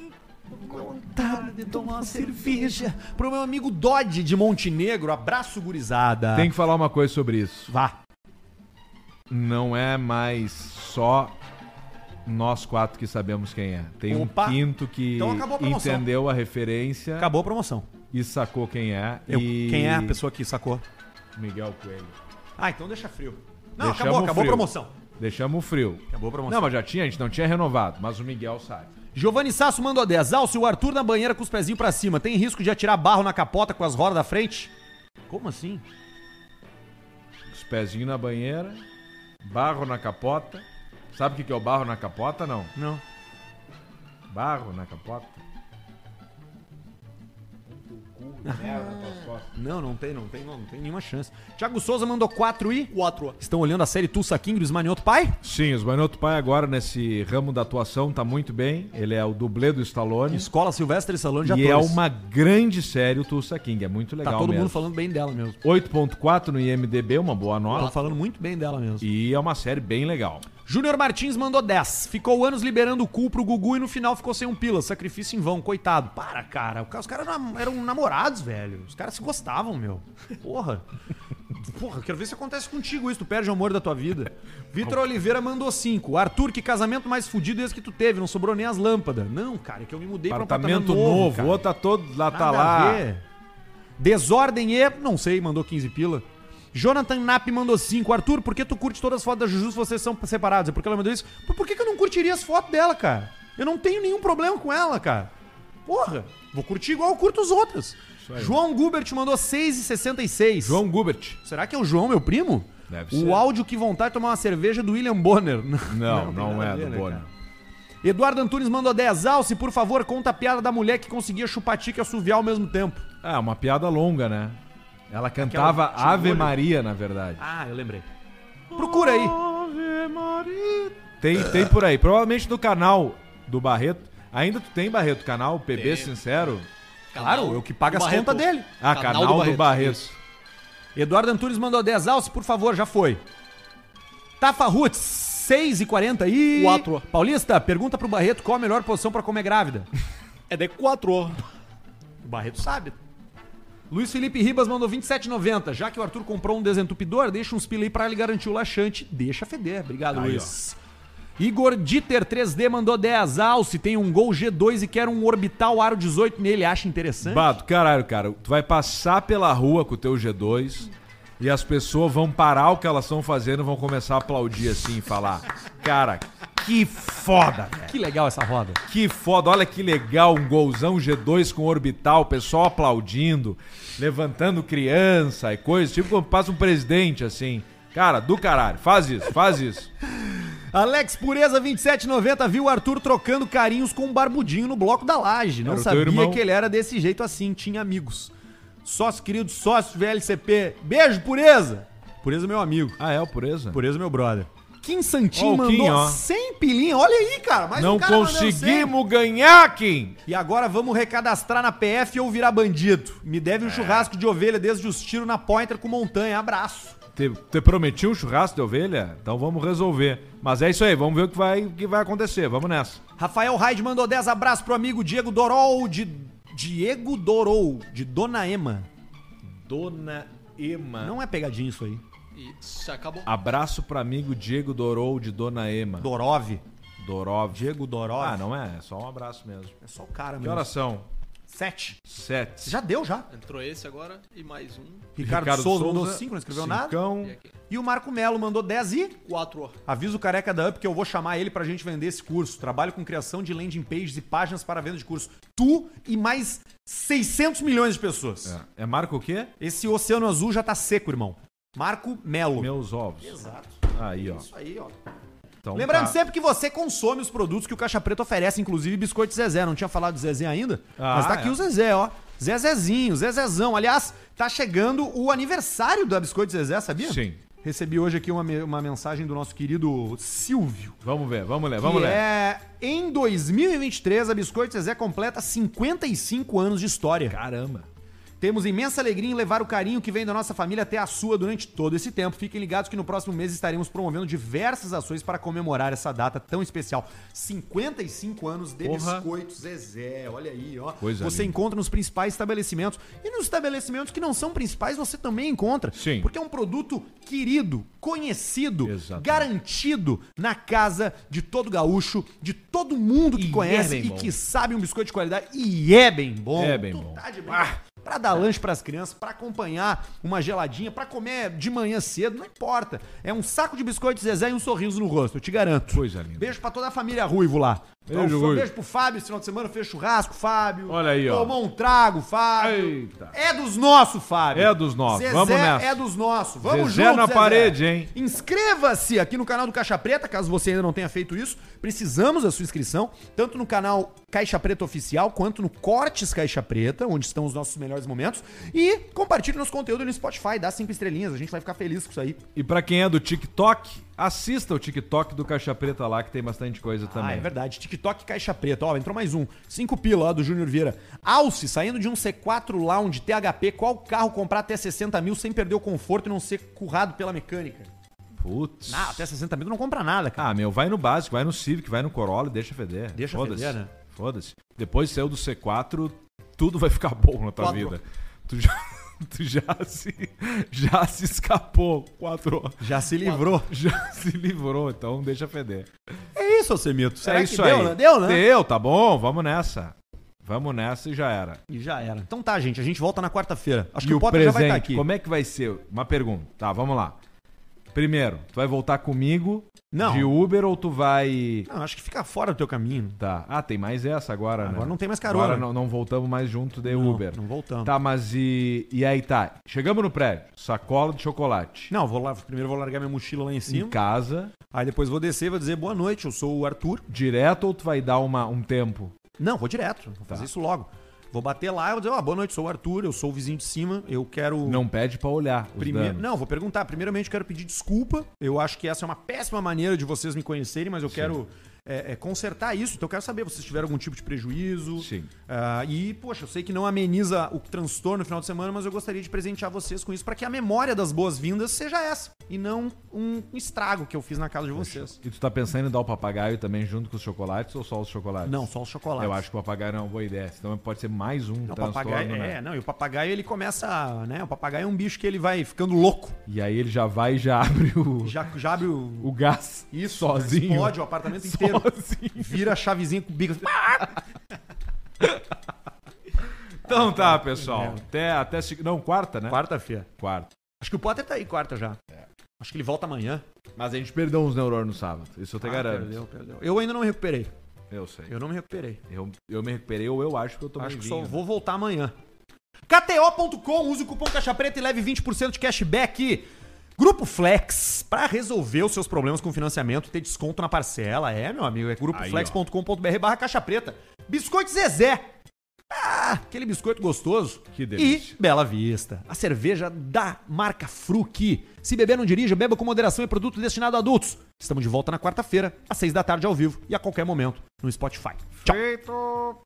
[SPEAKER 2] Vontade de tomar uma cerveja. Pro meu amigo Dodge de Montenegro. Abraço, gurizada.
[SPEAKER 3] Tem que falar uma coisa sobre isso.
[SPEAKER 2] Vá.
[SPEAKER 3] Não é mais só nós quatro que sabemos quem é. Tem
[SPEAKER 2] Opa.
[SPEAKER 3] um quinto que
[SPEAKER 2] Então acabou a promoção.
[SPEAKER 3] entendeu a referência
[SPEAKER 2] Acabou a promoção.
[SPEAKER 3] e sacou quem é.
[SPEAKER 2] Eu-
[SPEAKER 3] e-
[SPEAKER 2] Quem é a pessoa que sacou?
[SPEAKER 3] Miguel Coelho.
[SPEAKER 2] Ah, então deixa frio. Não,
[SPEAKER 3] Deixamos
[SPEAKER 2] acabou, acabou a
[SPEAKER 3] frio.
[SPEAKER 2] promoção.
[SPEAKER 3] Deixamos o frio.
[SPEAKER 2] Acabou a promoção.
[SPEAKER 3] Não, mas já tinha, a gente não tinha renovado, mas o Miguel sabe.
[SPEAKER 2] Giovanni Sasso mandou 10. Alce, o Arthur na banheira com os pezinhos pra cima. Tem risco de atirar barro na capota com as rodas da frente? Como assim?
[SPEAKER 3] Os pezinhos na banheira, barro na capota. Sabe o que que é o barro na capota? Não.
[SPEAKER 2] Não.
[SPEAKER 3] Barro na capota. Merda nas tuas costas.
[SPEAKER 2] Não, não tem, não tem, não, não tem nenhuma chance. Thiago Souza mandou 4 e. 4. Estão olhando a série Tulsa King do Ismanioto Pai?
[SPEAKER 3] Sim, o Smanioto Pai agora nesse ramo da atuação tá muito bem. Ele é o dublê do Stallone.
[SPEAKER 2] Escola Silvestre Stallone de
[SPEAKER 3] e é
[SPEAKER 2] Atores.
[SPEAKER 3] uma grande série o Tulsa King. É muito
[SPEAKER 2] Tá
[SPEAKER 3] legal
[SPEAKER 2] todo
[SPEAKER 3] mesmo.
[SPEAKER 2] mundo falando bem dela mesmo.
[SPEAKER 3] 8.4 no IMDB, uma boa
[SPEAKER 2] Estão
[SPEAKER 3] nota.
[SPEAKER 2] falando muito bem dela mesmo.
[SPEAKER 3] E é uma série bem legal.
[SPEAKER 2] Júnior Martins mandou 10. Ficou anos liberando o cu pro Gugu e no final ficou sem um pila. Sacrifício em vão, coitado. Para, cara. O ca- Os caras nam- eram namorados, velho. Os caras se gostavam, meu. Porra. Porra, quero ver se acontece contigo isso. Tu perde o amor da tua vida. Vitor Oliveira mandou 5. Arthur, que casamento mais fudido esse que tu teve? Não sobrou nem as lâmpadas. Não, cara, é que eu me mudei pra um
[SPEAKER 3] Apartamento novo,
[SPEAKER 2] cara.
[SPEAKER 3] o outro tá todo lá, tá
[SPEAKER 2] Nada
[SPEAKER 3] lá.
[SPEAKER 2] a ver. Desordem e. Não sei, mandou 15 pila. Jonathan Knapp mandou 5. Arthur, por que tu curte todas as fotos da Juju se vocês são separados? É porque ela mandou isso? Por, por que, que eu não curtiria as fotos dela, cara? Eu não tenho nenhum problema com ela, cara. Porra, vou curtir igual eu curto os outros. João Gubert mandou 6,66.
[SPEAKER 3] João Gubert.
[SPEAKER 2] Será que é o João, meu primo?
[SPEAKER 3] Deve ser.
[SPEAKER 2] O áudio que vontade de tomar uma cerveja do William Bonner.
[SPEAKER 3] Não,
[SPEAKER 2] tem
[SPEAKER 3] não
[SPEAKER 2] nada a
[SPEAKER 3] é
[SPEAKER 2] ver,
[SPEAKER 3] do
[SPEAKER 2] né,
[SPEAKER 3] Bonner.
[SPEAKER 2] cara? Eduardo Antunes mandou 10 alce, por favor, conta a piada da mulher que conseguia chupar tica e assoviar ao mesmo tempo.
[SPEAKER 3] Ah, uma piada longa, né? Ela cantava
[SPEAKER 2] tinha um
[SPEAKER 3] Ave
[SPEAKER 2] olho.
[SPEAKER 3] Maria, na verdade.
[SPEAKER 2] Ah, eu lembrei. Oh. Procura aí.
[SPEAKER 3] Tem, tem por aí. Provavelmente no canal do Barreto. Ainda tu tem, Barreto, canal PB Sincero?
[SPEAKER 2] Claro, eu que pago
[SPEAKER 3] do
[SPEAKER 2] as
[SPEAKER 3] Barreto.
[SPEAKER 2] contas dele.
[SPEAKER 3] Ah, canal, do Barreto.
[SPEAKER 2] Eduardo Antunes mandou 10 alce, por favor, já foi. Tafa Roots, 6 e 40 e...
[SPEAKER 11] Quatro.
[SPEAKER 2] Paulista, pergunta pro Barreto qual a melhor posição pra comer grávida.
[SPEAKER 11] É de 4.
[SPEAKER 2] O Barreto sabe. Luiz Felipe Ribas mandou 27,90. Já que o Arthur comprou um desentupidor, deixa uns pila aí pra ele garantir o laxante. Deixa feder. Obrigado,
[SPEAKER 3] Aí,
[SPEAKER 2] Luiz. Igor Dieter 3D mandou 10 alce, tem um Gol G2 e quer um orbital aro 18 nele. Acha interessante?
[SPEAKER 3] Bato, caralho, cara. Tu vai passar pela rua com o teu G2 e as pessoas vão parar o que elas estão fazendo e vão começar a aplaudir assim e falar: Cara, que foda, velho.
[SPEAKER 2] Que legal essa roda.
[SPEAKER 3] Que foda, olha que legal, um golzão G2 com orbital, o pessoal aplaudindo, levantando criança e coisa, tipo quando passa um presidente assim. Cara, do caralho, faz isso, faz isso.
[SPEAKER 2] Alex Pureza 2790 viu o Arthur trocando carinhos com um barbudinho no bloco da laje. Não
[SPEAKER 3] Era o teu
[SPEAKER 2] sabia
[SPEAKER 3] irmão.
[SPEAKER 2] que ele era desse jeito assim, tinha amigos. Sócio querido, sócio VLCP. Beijo, Pureza! Pureza é meu amigo.
[SPEAKER 3] Ah, é o Pureza?
[SPEAKER 2] Pureza é meu brother. Kim Santin
[SPEAKER 3] Ó, o
[SPEAKER 2] mandou
[SPEAKER 3] Kim, ó.
[SPEAKER 2] 100 pilinha. Olha aí, cara. Mais
[SPEAKER 3] Não
[SPEAKER 2] um cara mandando 100.
[SPEAKER 3] conseguimos ganhar, Kim!
[SPEAKER 2] E agora vamos recadastrar na PF ou virar bandido. Me
[SPEAKER 3] É.
[SPEAKER 2] deve um churrasco de ovelha desde os tiros na pointer com montanha. Abraço.
[SPEAKER 3] Te, te prometi um churrasco de ovelha? Então vamos resolver. Mas é isso aí, vamos ver o que vai, o que vai acontecer, vamos nessa.
[SPEAKER 2] Rafael Raid mandou 10 abraços pro amigo Diego Dorol de. Diego Dorol, de Dona Ema.
[SPEAKER 11] Dona Ema.
[SPEAKER 2] Não é pegadinha isso aí.
[SPEAKER 11] Isso, acabou.
[SPEAKER 3] Abraço pro amigo Diego Dorou de Dona Ema.
[SPEAKER 2] Dorov.
[SPEAKER 3] Dorov.
[SPEAKER 2] Diego Dorov.
[SPEAKER 3] Ah, não é, é só um abraço mesmo.
[SPEAKER 2] É só o cara
[SPEAKER 3] Que
[SPEAKER 2] mesmo.
[SPEAKER 3] horas são?
[SPEAKER 2] Sete.
[SPEAKER 3] Sete.
[SPEAKER 2] Já deu, já.
[SPEAKER 11] Entrou esse agora e mais um.
[SPEAKER 2] Ricardo,
[SPEAKER 3] Ricardo
[SPEAKER 2] Souza mandou
[SPEAKER 3] Souza,
[SPEAKER 2] 5, não escreveu
[SPEAKER 3] cincão.
[SPEAKER 2] nada. E o Marco Melo mandou 10 e...
[SPEAKER 11] 4.
[SPEAKER 2] Avisa o careca da Up que eu vou chamar ele pra gente vender esse curso. Trabalho com criação de landing pages e páginas para venda de curso. Tu e mais 600 milhões de pessoas.
[SPEAKER 3] É. é Marco o quê?
[SPEAKER 2] Esse oceano azul já tá seco, irmão. Marco Melo.
[SPEAKER 3] Meus ovos.
[SPEAKER 2] Exato.
[SPEAKER 3] Aí, ó.
[SPEAKER 2] Isso aí, ó.
[SPEAKER 3] Então
[SPEAKER 2] Lembrando
[SPEAKER 3] tá.
[SPEAKER 2] sempre que você consome os produtos que o Caixa Preta oferece, inclusive biscoito Zezé. Não tinha falado do Zezé ainda?
[SPEAKER 3] Ah,
[SPEAKER 2] mas tá aqui
[SPEAKER 3] é.
[SPEAKER 2] o Zezé, ó. Zezezinho, Zezezão. Aliás, tá chegando o aniversário da Biscoito Zezé, sabia?
[SPEAKER 3] Sim.
[SPEAKER 2] Recebi hoje aqui uma, me- uma mensagem do nosso querido Silvio.
[SPEAKER 3] Vamos ver, vamos ler, vamos
[SPEAKER 2] que
[SPEAKER 3] ler.
[SPEAKER 2] É, em 2023, a Biscoito Zezé completa 55 anos de história.
[SPEAKER 3] Caramba.
[SPEAKER 2] Temos imensa alegria em levar o carinho que vem da nossa família até a sua durante todo esse tempo. Fiquem ligados que no próximo mês estaremos promovendo diversas ações para comemorar essa data tão especial. 55 anos de
[SPEAKER 3] Porra.
[SPEAKER 2] biscoitos Zezé, olha aí, ó.
[SPEAKER 3] Coisa
[SPEAKER 2] você
[SPEAKER 3] linda.
[SPEAKER 2] encontra nos principais estabelecimentos. E nos estabelecimentos que não são principais, você também encontra.
[SPEAKER 3] Sim.
[SPEAKER 2] Porque é um produto querido, conhecido,
[SPEAKER 3] Exatamente.
[SPEAKER 2] garantido na casa de todo gaúcho, de todo mundo que
[SPEAKER 3] E é
[SPEAKER 2] conhece
[SPEAKER 3] bem
[SPEAKER 2] e
[SPEAKER 3] bom.
[SPEAKER 2] que sabe um biscoito de qualidade. E é bem bom.
[SPEAKER 3] É bem bom.
[SPEAKER 2] Tá de brinca- Pra dar lanche pras crianças, pra acompanhar uma geladinha, pra comer de manhã cedo, não importa. É um saco de biscoito Zezé e um sorriso no rosto, eu te garanto.
[SPEAKER 3] Coisa linda.
[SPEAKER 2] Beijo pra toda a família Ruivo lá.
[SPEAKER 3] Beijo,
[SPEAKER 2] um
[SPEAKER 3] Ruivo.
[SPEAKER 2] beijo pro Fábio, esse final de semana fez churrasco, Fábio.
[SPEAKER 3] Olha aí, ó.
[SPEAKER 2] Tomou um trago, Fábio.
[SPEAKER 3] Eita.
[SPEAKER 2] É dos nossos, Fábio.
[SPEAKER 3] É dos nossos,
[SPEAKER 2] Zezé
[SPEAKER 3] vamos nessa.
[SPEAKER 2] é dos nossos. Vamos
[SPEAKER 3] Zezé
[SPEAKER 2] juntos,
[SPEAKER 3] na parede, hein?
[SPEAKER 2] Inscreva-se aqui no canal do Caixa Preta, caso você ainda não tenha feito isso. Precisamos da sua inscrição, tanto no canal Caixa Preta Oficial, quanto no Cortes Caixa Preta, onde estão os nossos melhores momentos. E compartilhe nosso conteúdo no Spotify, dá cinco estrelinhas, a gente vai ficar feliz com isso aí.
[SPEAKER 3] E pra quem é do TikTok, assista o TikTok do Caixa Preta lá, que tem bastante coisa também.
[SPEAKER 2] Ah, é verdade. TikTok Caixa Preta, ó, entrou mais um. Cinco pila, ó, do Júnior Vieira. Alce, saindo de um C4 Lounge THP, qual carro comprar até 60 mil sem perder o conforto e não ser currado pela mecânica?
[SPEAKER 3] Putz.
[SPEAKER 2] Ah, até 60 mil tu não compra nada, cara.
[SPEAKER 3] Ah, meu, vai no básico, vai no Civic, vai no Corolla e deixa feder.
[SPEAKER 2] Deixa
[SPEAKER 3] Foda-se.
[SPEAKER 2] feder, né?
[SPEAKER 3] Foda-se. Depois saiu do C4, tudo vai ficar bom na tua
[SPEAKER 11] Quatro.
[SPEAKER 3] vida. Tu já, tu já se, já se escapou. Quatro horas.
[SPEAKER 2] Ah, Já se livrou.
[SPEAKER 3] Já se livrou, então deixa feder.
[SPEAKER 2] É isso, Alcemito. Será
[SPEAKER 3] é
[SPEAKER 2] que
[SPEAKER 3] isso
[SPEAKER 2] deu,
[SPEAKER 3] aí.
[SPEAKER 2] né? Deu, né?
[SPEAKER 3] Deu, tá bom, vamos nessa. Vamos nessa e já era.
[SPEAKER 2] E já era. Então tá, gente. A gente volta na quarta-feira. Acho
[SPEAKER 3] e
[SPEAKER 2] que o
[SPEAKER 3] o
[SPEAKER 2] Potter já vai tá
[SPEAKER 3] presente,
[SPEAKER 2] estar aqui.
[SPEAKER 3] como é que vai ser? Uma pergunta. Tá, vamos lá. Primeiro, tu vai voltar comigo de Uber ou tu vai.
[SPEAKER 2] Não, acho que fica fora do teu caminho.
[SPEAKER 3] Tá. Ah, tem mais essa agora, né?
[SPEAKER 2] Agora não tem mais carona.
[SPEAKER 3] Agora não, não voltamos mais junto de
[SPEAKER 2] Não,
[SPEAKER 3] Uber.
[SPEAKER 2] não voltamos.
[SPEAKER 3] Tá, mas e. E aí tá. Chegamos no prédio. Sacola de chocolate.
[SPEAKER 2] Não, vou lá, primeiro vou largar minha mochila lá em cima.
[SPEAKER 3] Em casa.
[SPEAKER 2] Aí depois vou descer e vou dizer boa noite, eu sou o Arthur.
[SPEAKER 3] Direto ou tu vai dar uma, um tempo?
[SPEAKER 2] Não, vou direto. Vou
[SPEAKER 3] Tá.
[SPEAKER 2] fazer isso logo. Vou bater lá e vou dizer, ó, boa noite, sou o Arthur, eu sou o vizinho de cima, eu quero.
[SPEAKER 3] Não pede pra olhar. os
[SPEAKER 2] Primeiro,
[SPEAKER 3] danos.
[SPEAKER 2] não, vou perguntar. Primeiramente, eu quero pedir desculpa. Eu acho que essa é uma péssima maneira de vocês me conhecerem, mas eu quero é, é, consertar isso. Então, eu quero saber se vocês tiveram algum tipo de prejuízo.
[SPEAKER 3] Sim.
[SPEAKER 2] Ah, e, poxa, eu sei que não ameniza o transtorno no final de semana, mas eu gostaria de presentear vocês com isso para que a memória das boas-vindas seja essa e não um estrago que eu fiz na casa de vocês.
[SPEAKER 3] E tu tá pensando em dar o papagaio também junto com os chocolates ou só os chocolates?
[SPEAKER 2] Não, só os chocolates.
[SPEAKER 3] Eu acho que o papagaio não é uma boa ideia. Senão pode ser mais um
[SPEAKER 2] Não, o
[SPEAKER 3] transtorno,
[SPEAKER 2] papagaio,
[SPEAKER 3] né?
[SPEAKER 2] é, não, e o papagaio ele começa, né? O papagaio é um bicho que ele vai ficando louco.
[SPEAKER 3] E aí ele já vai e já abre o,
[SPEAKER 2] Já, já abre o,
[SPEAKER 3] o gás
[SPEAKER 2] Isso,
[SPEAKER 3] sozinho.
[SPEAKER 2] explode o apartamento inteiro. Vira a chavezinha com o bico. assim,
[SPEAKER 3] Então tá, pessoal. Até, até... seg- Não, quarta, né?
[SPEAKER 2] Quarta-feira.
[SPEAKER 3] Quarta.
[SPEAKER 2] Acho que o Potter tá aí quarta já.
[SPEAKER 3] É.
[SPEAKER 2] Acho que ele volta amanhã.
[SPEAKER 3] Mas a gente perdeu uns neurônios no sábado. Isso eu te
[SPEAKER 2] Ah,
[SPEAKER 3] garanto.
[SPEAKER 2] perdeu, perdeu. Eu ainda não me recuperei.
[SPEAKER 3] Eu sei.
[SPEAKER 2] Eu não me recuperei.
[SPEAKER 3] Eu, eu me recuperei ou eu acho que eu tomei
[SPEAKER 2] Acho que
[SPEAKER 3] vinho,
[SPEAKER 2] só
[SPEAKER 3] né?
[SPEAKER 2] vou voltar amanhã. KTO.com, use o cupom Caixa Preta e leve 20% de cashback. Grupo Flex, para resolver os seus problemas com financiamento, ter desconto na parcela. É, meu amigo, é grupoflex.com.br barra caixa preta. Biscoito Zezé. Ah, aquele biscoito gostoso.
[SPEAKER 3] Que delícia.
[SPEAKER 2] E Bela Vista, a cerveja da marca Fruc. Se beber, não dirija, beba com moderação e produto destinado a adultos. Estamos de volta na quarta-feira, às seis da tarde ao vivo e a qualquer momento no Spotify. Tchau.
[SPEAKER 5] Feito.